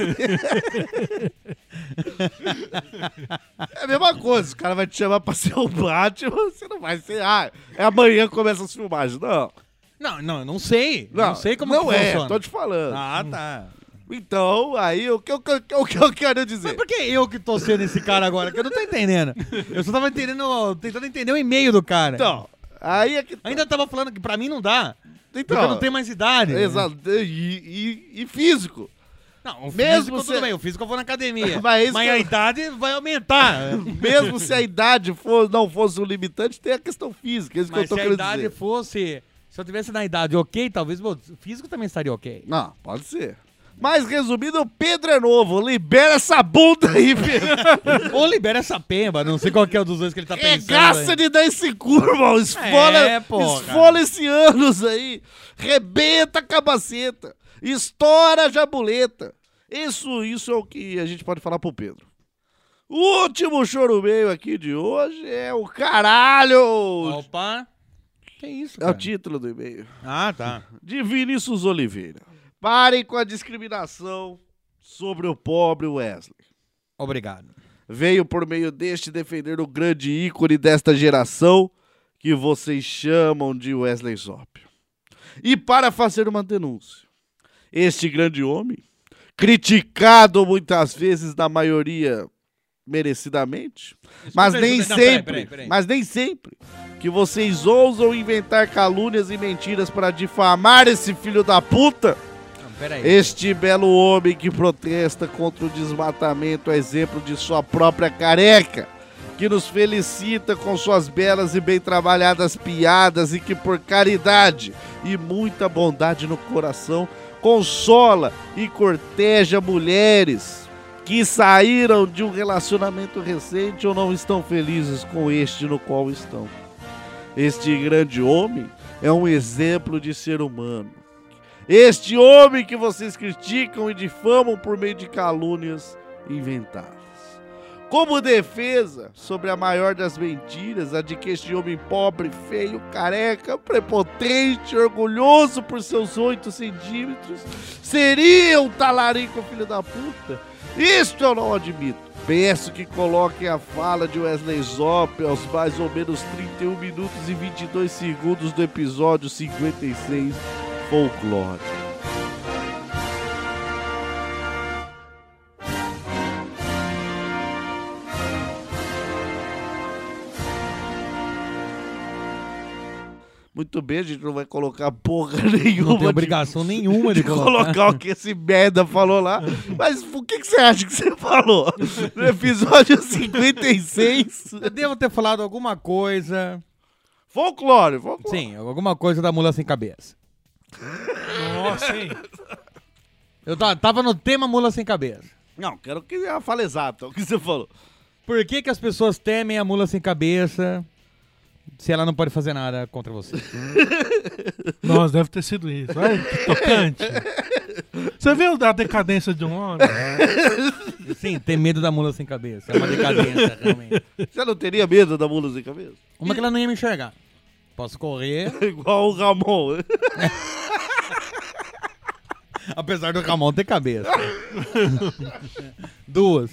é a mesma coisa. O cara vai te chamar pra ser o Batman, você não vai ser. Ah, é amanhã que começa as filmagens. Não. Não, não, eu não sei. Não, Não, sei como não que é, funciona. tô te falando. Ah, tá. Então, aí o que, eu- o que eu quero dizer? Mas por que eu que tô sendo esse cara agora? Que eu não tô entendendo. Eu só tava entendendo, tentando entender o e-mail do cara. Então, aí é que. Ainda tava falando que pra mim não dá. Porque Então, eu não tenho mais né? idade. Exato. E, e- e físico. Não, o Mesmo físico se- tudo bem. O físico eu vou na academia. Mas é isso Mas, que a eu- É idade vai aumentar. Mesmo se a idade for- não fosse um limitante, tem a questão física. É isso Mas que eu tô se a querendo idade dizer. fosse... Se eu tivesse na idade ok, talvez meu físico também estaria ok. Não, pode ser. Mas resumindo, o Pedro é novo. Libera essa bunda aí, Tá Pedro. Ou libera essa pemba, não sei qual que é o dos dois que ele tá pensando. Regaça aí. de dar esse cu, irmão. Esfola, É, porra. esfola esse anos aí. Rebenta a cabaceta. Estoura a jabuleta. Isso, isso é o que a gente pode falar pro Pedro. O último choro meio aqui de hoje é o caralho. Opa. Que isso, É o cara? título do e-mail. Ah, tá. de Vinícius Oliveira. Parem com a discriminação sobre o pobre Wesley. Obrigado. Veio por meio deste defender o grande ícone desta geração que vocês chamam de Wesley Zop. E para fazer uma denúncia, este grande homem, criticado muitas vezes na maioria merecidamente, mas ajuda- nem não, peraí, sempre, peraí, peraí. mas nem sempre que vocês ousam inventar calúnias e mentiras para difamar esse filho da puta. Não, peraí. Este belo homem que protesta contra o desmatamento a exemplo de sua própria careca, que nos felicita com suas belas e bem trabalhadas piadas e que por caridade e muita bondade no coração consola e corteja mulheres que saíram de um relacionamento recente ou não estão felizes com este no qual estão. Este grande homem é um exemplo de ser humano. Este homem que vocês criticam e difamam por meio de calúnias inventadas. Como defesa sobre a maior das mentiras, a de que este homem pobre, feio, careca, prepotente, orgulhoso por seus oito centímetros, seria um talarico filho da puta, isto eu não admito. Peço que coloquem a fala de Wesley Zop aos mais ou menos 31 minutos e 22 segundos do episódio 56 folclore. Muito bem, a gente não vai colocar porra nenhuma. Não tem tipo de- obrigação nenhuma de de colocar. colocar o que esse merda falou lá. Mas o que, que você acha que você falou? No episódio 56? Eu devo ter falado alguma coisa. Folclore, folclore. Sim, alguma coisa da mula sem cabeça. Nossa, hein? Eu ta- tava no tema mula sem cabeça. Não, quero que ela fale exato o que você falou. Por que, que as pessoas temem a mula sem cabeça se ela não pode fazer nada contra você? Nossa, deve ter sido isso. Olha que tocante. Você vê a decadência de um homem? Sim, ter medo da mula sem cabeça. É uma decadência, realmente. Você não teria medo da mula sem cabeça? Como é que ela não ia me enxergar? Posso correr, Igual o Ramon. apesar do Ramon ter cabeça. Duas.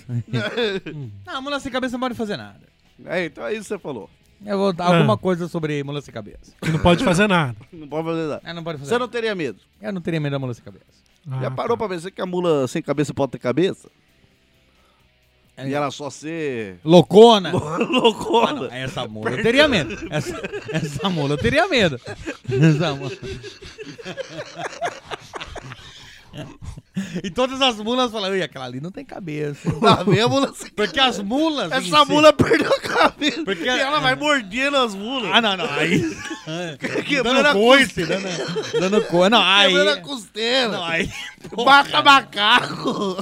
Não, a mula sem cabeça não pode fazer nada. É, então é isso que você falou. Eu vou dar alguma coisa sobre mula sem cabeça. Que não pode fazer nada. Não pode fazer nada. É, não pode fazer Você não nada. teria medo. Eu não teria medo da mula sem cabeça. Já Ah, parou pra pensar que a mula sem cabeça pode ter cabeça? É. E ela só ser Loucona? Ah, não, loucona. essa mula eu teria medo. Essa, essa mula eu teria medo. Essa mula. E todas as mulas falam, "Ui, aquela ali não tem cabeça. Lá vem a mula sem Porque as mulas. em Essa si- mula perdeu a cabeça. Porque- é. E ela vai mordendo as mulas. Ah, não, não. Aí. Quebrando a né, dando coice, dando, dando coice. Não, aí. Quebrando a costela. Não, aí. é Mata macaco.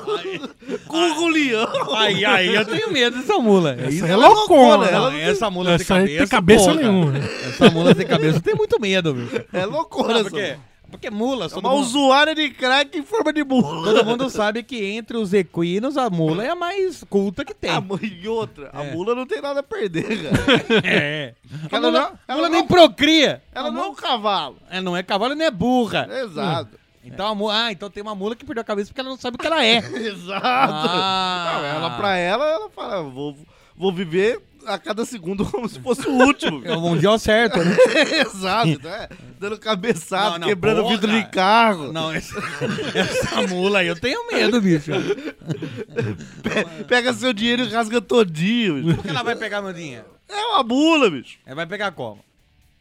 Cugo leão. Aí, aí eu tenho medo dessa mula. Isso Essa é loucona. Não, Ela não essa mula essa sem aí cabeça. tem cabeça porra. nenhuma. Essa mula sem cabeça tem muito medo, bicho. É loucura Não, essa porque, mula. porque mula, É todo uma mundo, usuária de crack em forma de mula. todo mundo sabe que entre os equinos a mula é a mais culta que tem. A mu- e outra, a É. mula não tem nada a perder, cara. É. A Ela não- mula, a ela mula não- nem procria. Ela A não é um mula- cavalo. Ela não é cavalo nem é burra. Exato. Então, a mu- ah, então tem uma mula que perdeu a cabeça porque ela não sabe o que ela é. Exato. Ah. Não, ela, pra ela, ela fala, vou, vou viver a cada segundo como se fosse o último. É um dia ao certo, né? Exato, né? Dando cabeçada, Não, não, quebrando porra. vidro de carro. Não, essa, essa mula aí eu tenho medo, bicho. Pe- Pega seu dinheiro e rasga todinho. bicho. Como que ela vai pegar meu dinheiro? É uma mula, bicho. Ela vai pegar como?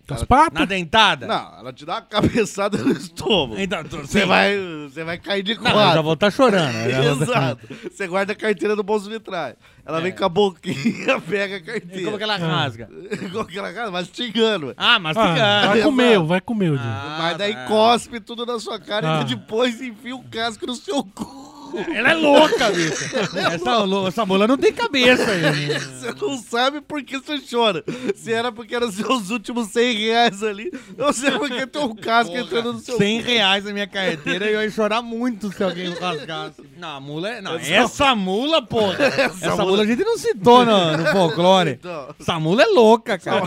Com as patas? Na dentada? Não, ela te dá uma cabeçada no estômago. Então, tu- Você sim. vai, você vai cair de Não, eu já quatro. vou estar chorando. eu já vou tá- Exato. Você guarda a carteira no bolso vitral. Ela vem com a boquinha, pega a E É. Como que carteira. ela rasga? Como que ela cara, vai mastigando. ué. Ah, Ah, mastigando. vai comeu, vai comeu, Diego. Ah, Mas daí tá. cospe tudo na sua cara Ah. e depois enfia o casco no seu cu. Ela é louca, bicho. Essa, lou- essa mula não tem cabeça. aí. Você não sabe por que você chora. Se era porque eram seus últimos 100 reais ali, ou se era porque tem um casco entrando no seu 100 reais na minha carteira e eu ia chorar muito se alguém rasgasse. Não, a mula é. Não, essa mula, porra. Essa, mula... mula- a gente não citou no, no folclore. Então. Essa mula é louca, cara.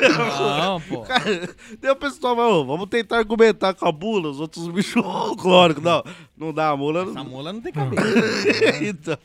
é Não, pô. Cara, daí o pessoal vai, "Ô, vamos tentar argumentar com a mula, os outros bichos folclóricos. Não, não dá, a mula Essa não. mula não tem cabeça. então,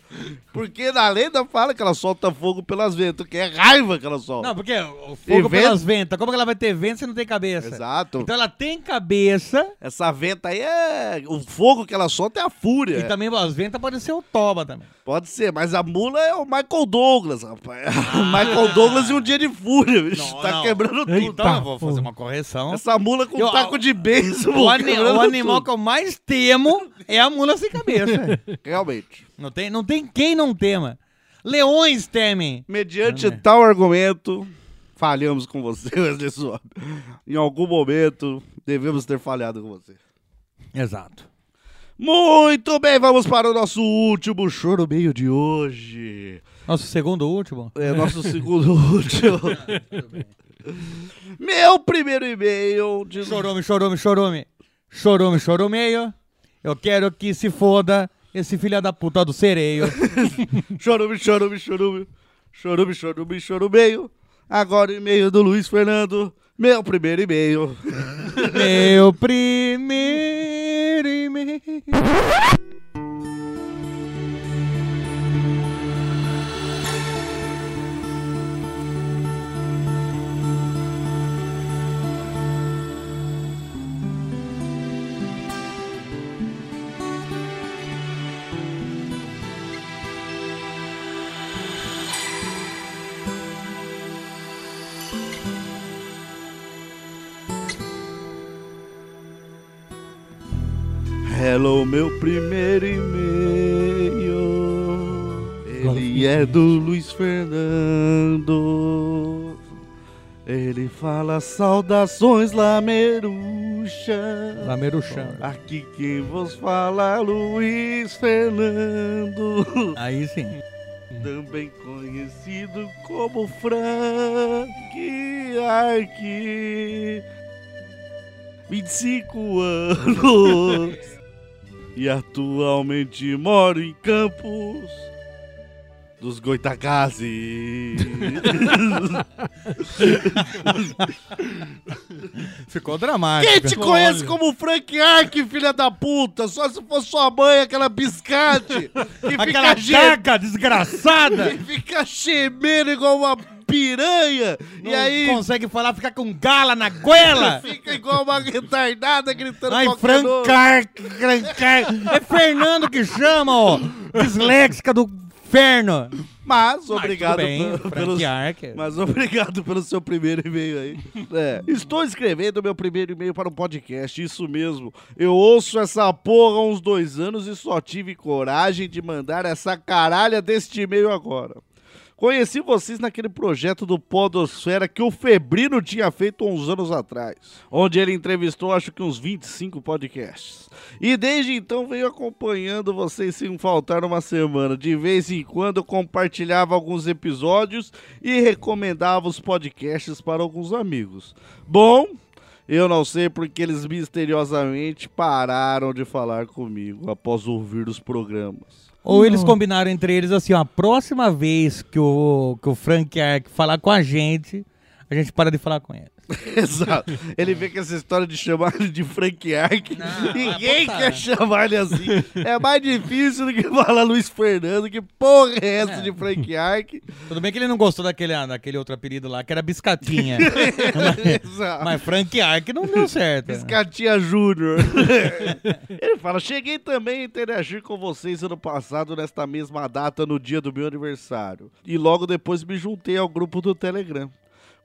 porque na lenda fala que ela solta fogo pelas ventas, que é raiva que ela solta. Não, porque o E vento? fogo pelas ventas. Como que ela vai ter vento se não tem cabeça? Exato. Então ela tem cabeça Essa venta aí é. O fogo que ela solta é a fúria. e também as ventas podem ser o toba também. Pode ser, mas a mula é o Michael Douglas, rapaz. Michael Douglas e um dia de fúria, bicho. Ah. Não, tá não. quebrando tudo. Eita, Então eu vou pô. fazer uma correção. Essa mula com Eu- taco de beisebol. O, ani- quebrando o animal tudo. que eu mais temo é a mula sem cabeça. Realmente. Não tem, não tem quem não tema. Leões temem. Mediante tal argumento, falhamos com você, Wesley Suave. Em algum momento, devemos ter falhado com você. Exato. Muito bem, vamos para o nosso último choro meio de hoje. Nosso segundo último. É nosso segundo último. Meu primeiro e-mail de Chorume, chorume, chorume. Chorume, chorumeio. Eu quero que se foda esse filho da puta do sereio. Chorume, chorume, chorume. Chorume, chorume, chorumeio. Agora o e-mail do Luiz Fernando. Meu primeiro e-mail. Meu primeiro e-mail. Hello, meu primeiro e-mail. Ele é do Luiz Fernando. Ele fala saudações, Lameruxa. Lameiro chão. Aqui quem vos fala é Luiz Fernando. Aí sim. também conhecido como Frank Ark. 25 anos. e atualmente moro em Campos dos Goitacazes. Ficou dramático. Quem te conhece como Frank Ark, filha da puta? Só se for sua mãe, aquela biscate que Aquela fica, ge- jaca desgraçada! que fica gemendo igual uma piranha. Não e aí consegue falar, fica com gala na goela! fica igual uma retardada gritando Ai, qualquer nome. Francar, Francar. É Fernando que chama, ó. Disléxica do inferno. Mas, obrigado Mas Ah, tudo bem, pe- Frank pelos- Archer. Mas obrigado pelo seu primeiro e-mail aí. É, estou escrevendo meu primeiro e-mail para um podcast, isso mesmo. Eu ouço essa porra há uns dois anos e só tive coragem de mandar essa caralha deste e-mail agora. Conheci vocês naquele projeto do Podosfera que o Febrino tinha feito uns anos atrás, onde ele entrevistou acho que uns 25 podcasts. E desde então venho acompanhando vocês sem faltar uma semana. De vez em quando eu compartilhava alguns episódios e recomendava os podcasts para alguns amigos. Bom, eu não sei porque eles misteriosamente pararam de falar comigo após ouvir os programas. Ou eles combinaram entre eles assim, ó. A próxima vez que o, que o Frank Ark falar com a gente, a gente para de falar com ele. Exato. Ele vê que essa história de chamar ele de Frank Ark, Não, ninguém vai botar. quer chamar ele assim. É mais difícil do que falar Luiz Fernando, que porra é essa de Frank Ark? Tudo bem que ele não gostou daquele, ah, daquele outro apelido lá, que era Biscatinha. Exato. Mas Frank Ark não deu certo. né? Piscatinha é Júnior. Ele fala: Cheguei também a interagir com vocês ano passado, nesta mesma data, no dia do meu aniversário. E logo depois me juntei ao grupo do Telegram.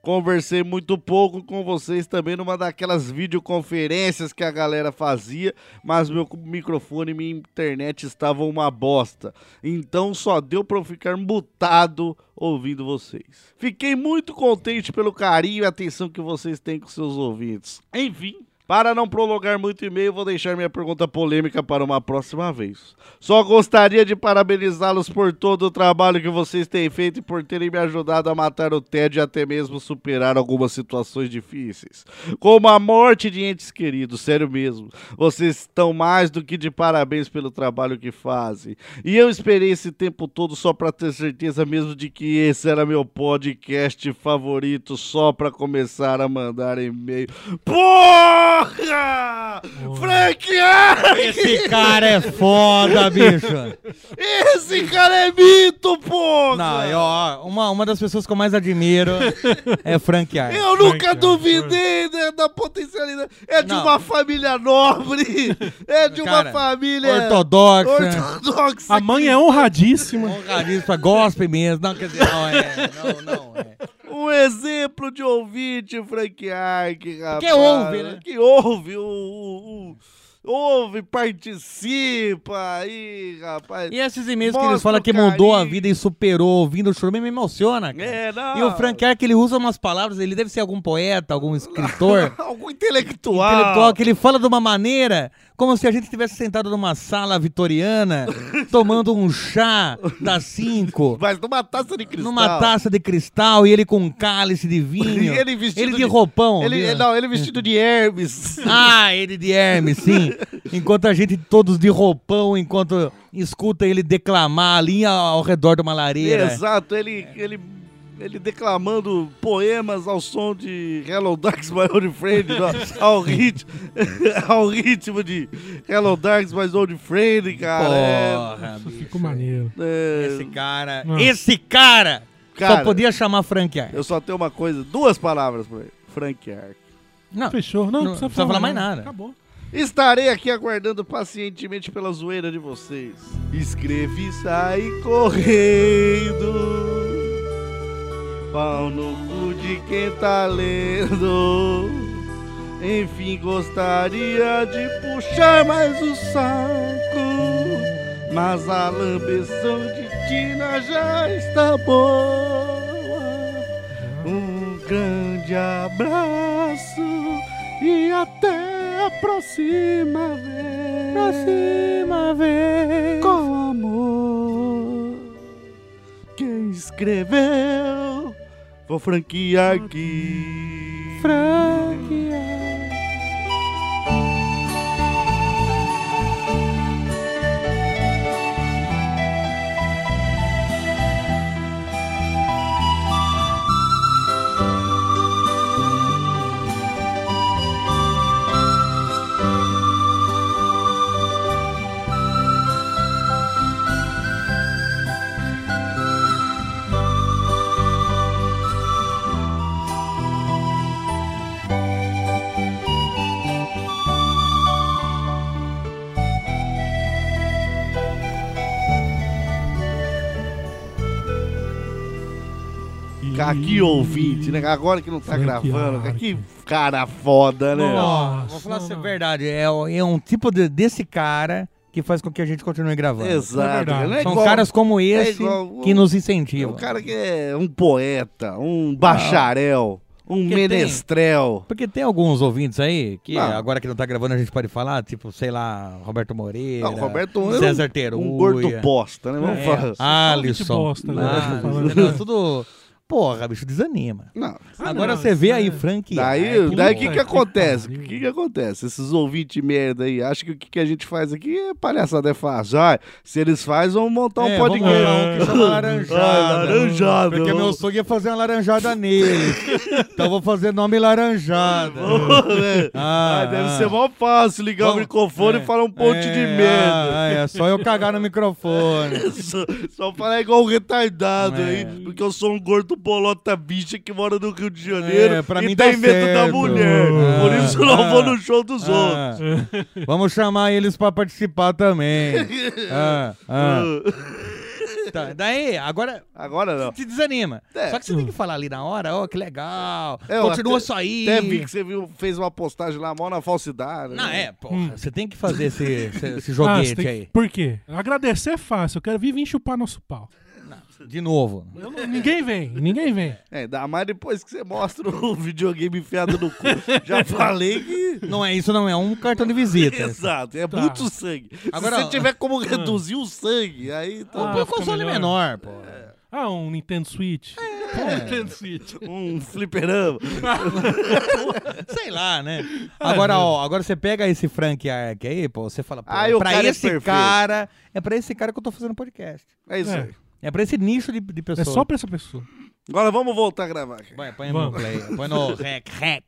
Conversei muito pouco com vocês também numa daquelas videoconferências que a galera fazia, mas meu microfone e minha internet estavam uma bosta. Então só deu pra eu ficar mutado ouvindo vocês. Fiquei muito contente pelo carinho e atenção que vocês têm com seus ouvintes. Enfim, para não prolongar muito o e-mail, vou deixar minha pergunta polêmica para uma próxima vez. Só gostaria de parabenizá-los por todo o trabalho que vocês têm feito e por terem me ajudado a matar o tédio e até mesmo superar algumas situações difíceis, como a morte de entes queridos, sério mesmo. Vocês estão mais do que de parabéns pelo trabalho que fazem. E eu esperei esse tempo todo só para ter certeza mesmo de que esse era meu podcast favorito, só para começar a mandar e-mail. Porra! Frank Ark! Esse cara é foda, bicho. Esse cara é mito, porra! Não, eu, ó, uma, uma das pessoas que eu mais admiro é Frank Ark. Eu nunca duvidei né, da potencialidade. É de Não. uma família nobre, é de uma Cara, né? família ortodoxa. ortodoxa. A mãe é honradíssima. Honradíssima, gospel mesmo. Não, quer dizer, não é. Não, não é. Um exemplo de ouvinte, Frank Ark, rapaz. Que ouve, né? Que ouve, o, o- o- ouve, participa aí, rapaz. E é esses e-mails que Mostra eles falam o que mudou a carinho. vida e superou ouvindo o churume me emociona, cara. É, não. E o Frank Ark, ele usa umas palavras, ele deve ser algum poeta, algum escritor, Algum intelectual. intelectual, que ele fala de uma maneira como se a gente estivesse sentado numa sala vitoriana, tomando um chá das cinco, Mas numa taça de cristal. numa taça de cristal, e ele com um cálice de vinho, Ele vestido de, de- roupão. Ele, viu? ele- não, ele vestido de Hermes. Ah, ele de Hermes, sim. Enquanto a gente todos de roupão, enquanto escuta ele declamar ali ao ao redor de uma lareira. Exato, ele, ele, ele declamando poemas ao som de Hello Darks, My Old Friend, no- ao, ritmo, ao ritmo de Hello Darks, My Old Friend, cara. é- Porra, bicho. Ficou maneiro. é, Esse cara, Não. esse cara, Cara. só podia chamar Frank Ark. eu só tenho uma coisa, duas palavras pra ele. Frank Ark. Não, Fechou. Não, Não, não precisa né? precisa falar mais nada. Acabou. Estarei aqui aguardando pacientemente pela zoeira de vocês. Escrevi saí correndo. Pau no cu de quem tá lendo. Enfim, gostaria de puxar mais o saco. Mas a lambeção de Tina já está boa. Um grande abraço e até a próxima vez. Próxima vez. Com amor. Quem escreveu vou franquear aqui. Franquear. Aqui, ouvinte, né? Agora que não tá Frank gravando, Arca. cara, que cara foda, né? Nossa, Vou falar não, a não. verdade, é, é um tipo de- desse cara que faz com que a gente continue gravando. é Exato. verdade. cara. Não é São igual- caras como esse igual- que nos é incentivam. um cara que é um poeta, um bacharel, um Porque tem- menestrel. Porque tem alguns ouvintes aí que Ah. agora que não tá gravando a gente pode falar, tipo, sei lá, Roberto Moreira, Não, Roberto Moreira é um- César Teruia, Um gordo bosta, né? Vamos é, falar. Alisson. Fala de um bosta, né? Alisson, entendeu? tudo... Porra, bicho, desanima. Não. Ah, agora não, você isso vê é- aí, Frank. Daí, puta daí o que que que acontece? O pariu. que que acontece? Esses ouvintes merda aí, acham que o que que a gente faz aqui é palhaçada, é fácil. Ah, se eles fazem, vão montar um é, vamos podcast. lá, um que chama laranjada. né? Ah, laranjada. Porque meu sonho é fazer uma laranjada nele. então eu vou fazer nome laranjada. Né? Ah, Ah, deve ah. ser mó fácil ligar o Vamos- microfone é, e falar um monte é, de merda. ah, é só eu cagar no microfone. Só, só falar igual um retardado É. aí, porque eu sou um gordo bolota bicha que mora no Rio de Janeiro É, pra e mim tá tem medo da certo. mulher. Por Ah, isso eu não ah, vou no show dos outros. Ah, vamos chamar eles pra participar também. Ah, ah. Tá, daí, agora Agora não. te desanima. É. Só que você tem que falar ali na hora, ó, que legal. É, eu Continua até- só aí. Até vi que você viu, fez uma postagem lá, mó na falsidade. Não, né? é, porra, você tem que fazer esse, esse, esse Ah, joguete você tem que- aí. Por quê? Agradecer é fácil. Eu quero vir vir chupar nosso pau. De novo. Eu não- ninguém vem, ninguém vem. É, ainda mais depois que você mostra o videogame enfiado no cu. Já falei que. Não é isso, não é um cartão de visita. Exato, é muito sangue. Tá. Agora- ah. Se você tiver como reduzir o sangue, aí tá. Ah. Põe um fica console melhor. menor, pô. Ah, um Nintendo Switch. É. Um Nintendo Switch. Um fliperama. Sei lá, né? Agora, ó, agora você pega esse Frank Ark aí, pô, você fala, pô, Aí é o pra cara é esse perfeito. cara, é pra esse cara que eu tô fazendo podcast. É isso É. aí. É pra esse nicho de, de É pessoas. só pra essa pessoa. Agora vamos voltar a gravar. cara. Vai, põe no Vamos. play, põe no rec, rec.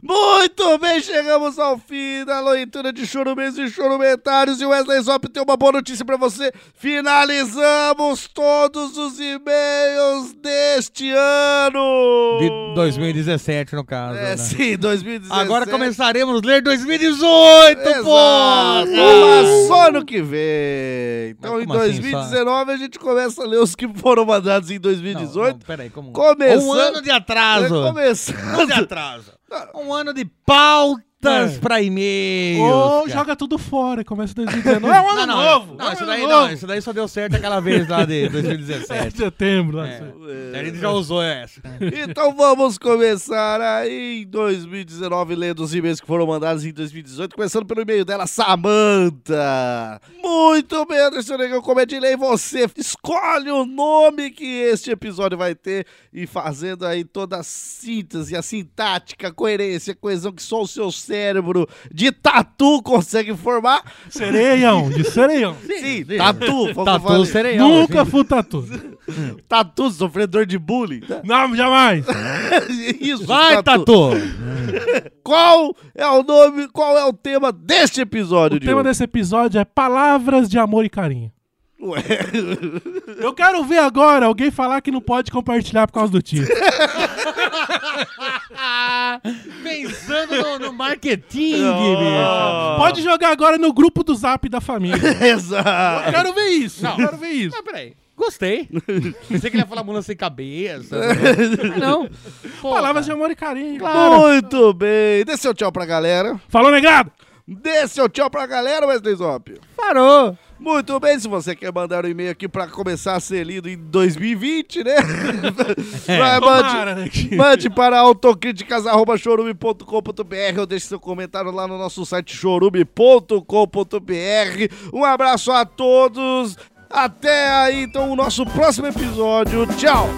Muito bem, chegamos ao fim da leitura de chorumês e chorumentários. E Wesley Zop tem uma boa notícia pra você. Finalizamos todos os e-mails deste ano. De 2017, no caso, É, né? sim, 2017. Agora começaremos a ler 2018, Exato, mas pô! só no que vem. Então, Mas em como assim, 2019, a gente começa a ler os que foram mandados em 2018. peraí, como... Começando- Um ano de atraso. É, Um ano de Começando. atraso. Um ano de pautas É. pra e-mails. Ou cara. joga tudo fora e começa 2019. É um não, ano não, novo! Não, é um isso ano daí novo. não, isso daí só deu certo aquela vez lá de 2017. 7 de setembro. lá, É. assim. A gente já usou essa. Então vamos começar aí em 2019, lendo os e-mails que foram mandados em 2018, começando pelo e-mail dela, Samanta. Muito bem, Anderson Negão, como é de lei, você escolhe o nome que este episódio vai ter e fazendo aí toda a síntese, a sintática, a coerência, a coesão que só o seu cérebro de tatu consegue formar. Sereião, de sereião. Sim, tatu, vamos Tatu falar. cereal. assim. Nunca gente. fui tatu. Tatu, sofredor de bullying. tá? Não, jamais. Isso, Vai, Tatu! Qual é o nome, qual é o tema deste episódio O de tema hoje? desse episódio é palavras de amor e carinho. Ué, Eu quero ver agora alguém falar que não pode compartilhar por causa do título. Pensando no, no marketing, bicho. Ah. Pode jogar agora no grupo do Zap da família. Eu Exato. quero ver isso. Eu quero ver isso. Ah, peraí. Gostei. Pensei que ele ia falar mula sem cabeça. Ah, não. Pô, Palavras de amor e carinho. Muito bem. Dê seu tchau pra galera. Falou, negado. Dê seu tchau pra galera, Wesley Zop. Parou. Muito bem, se você quer mandar um e-mail aqui pra começar a ser lido em 2020, né? Vai, Tomara, mande, né, que- mande para autocríticas.chorume.com.br ou deixe seu comentário lá no nosso site chorume.com.br. Um abraço a todos. Até aí, então, o nosso próximo episódio. Tchau!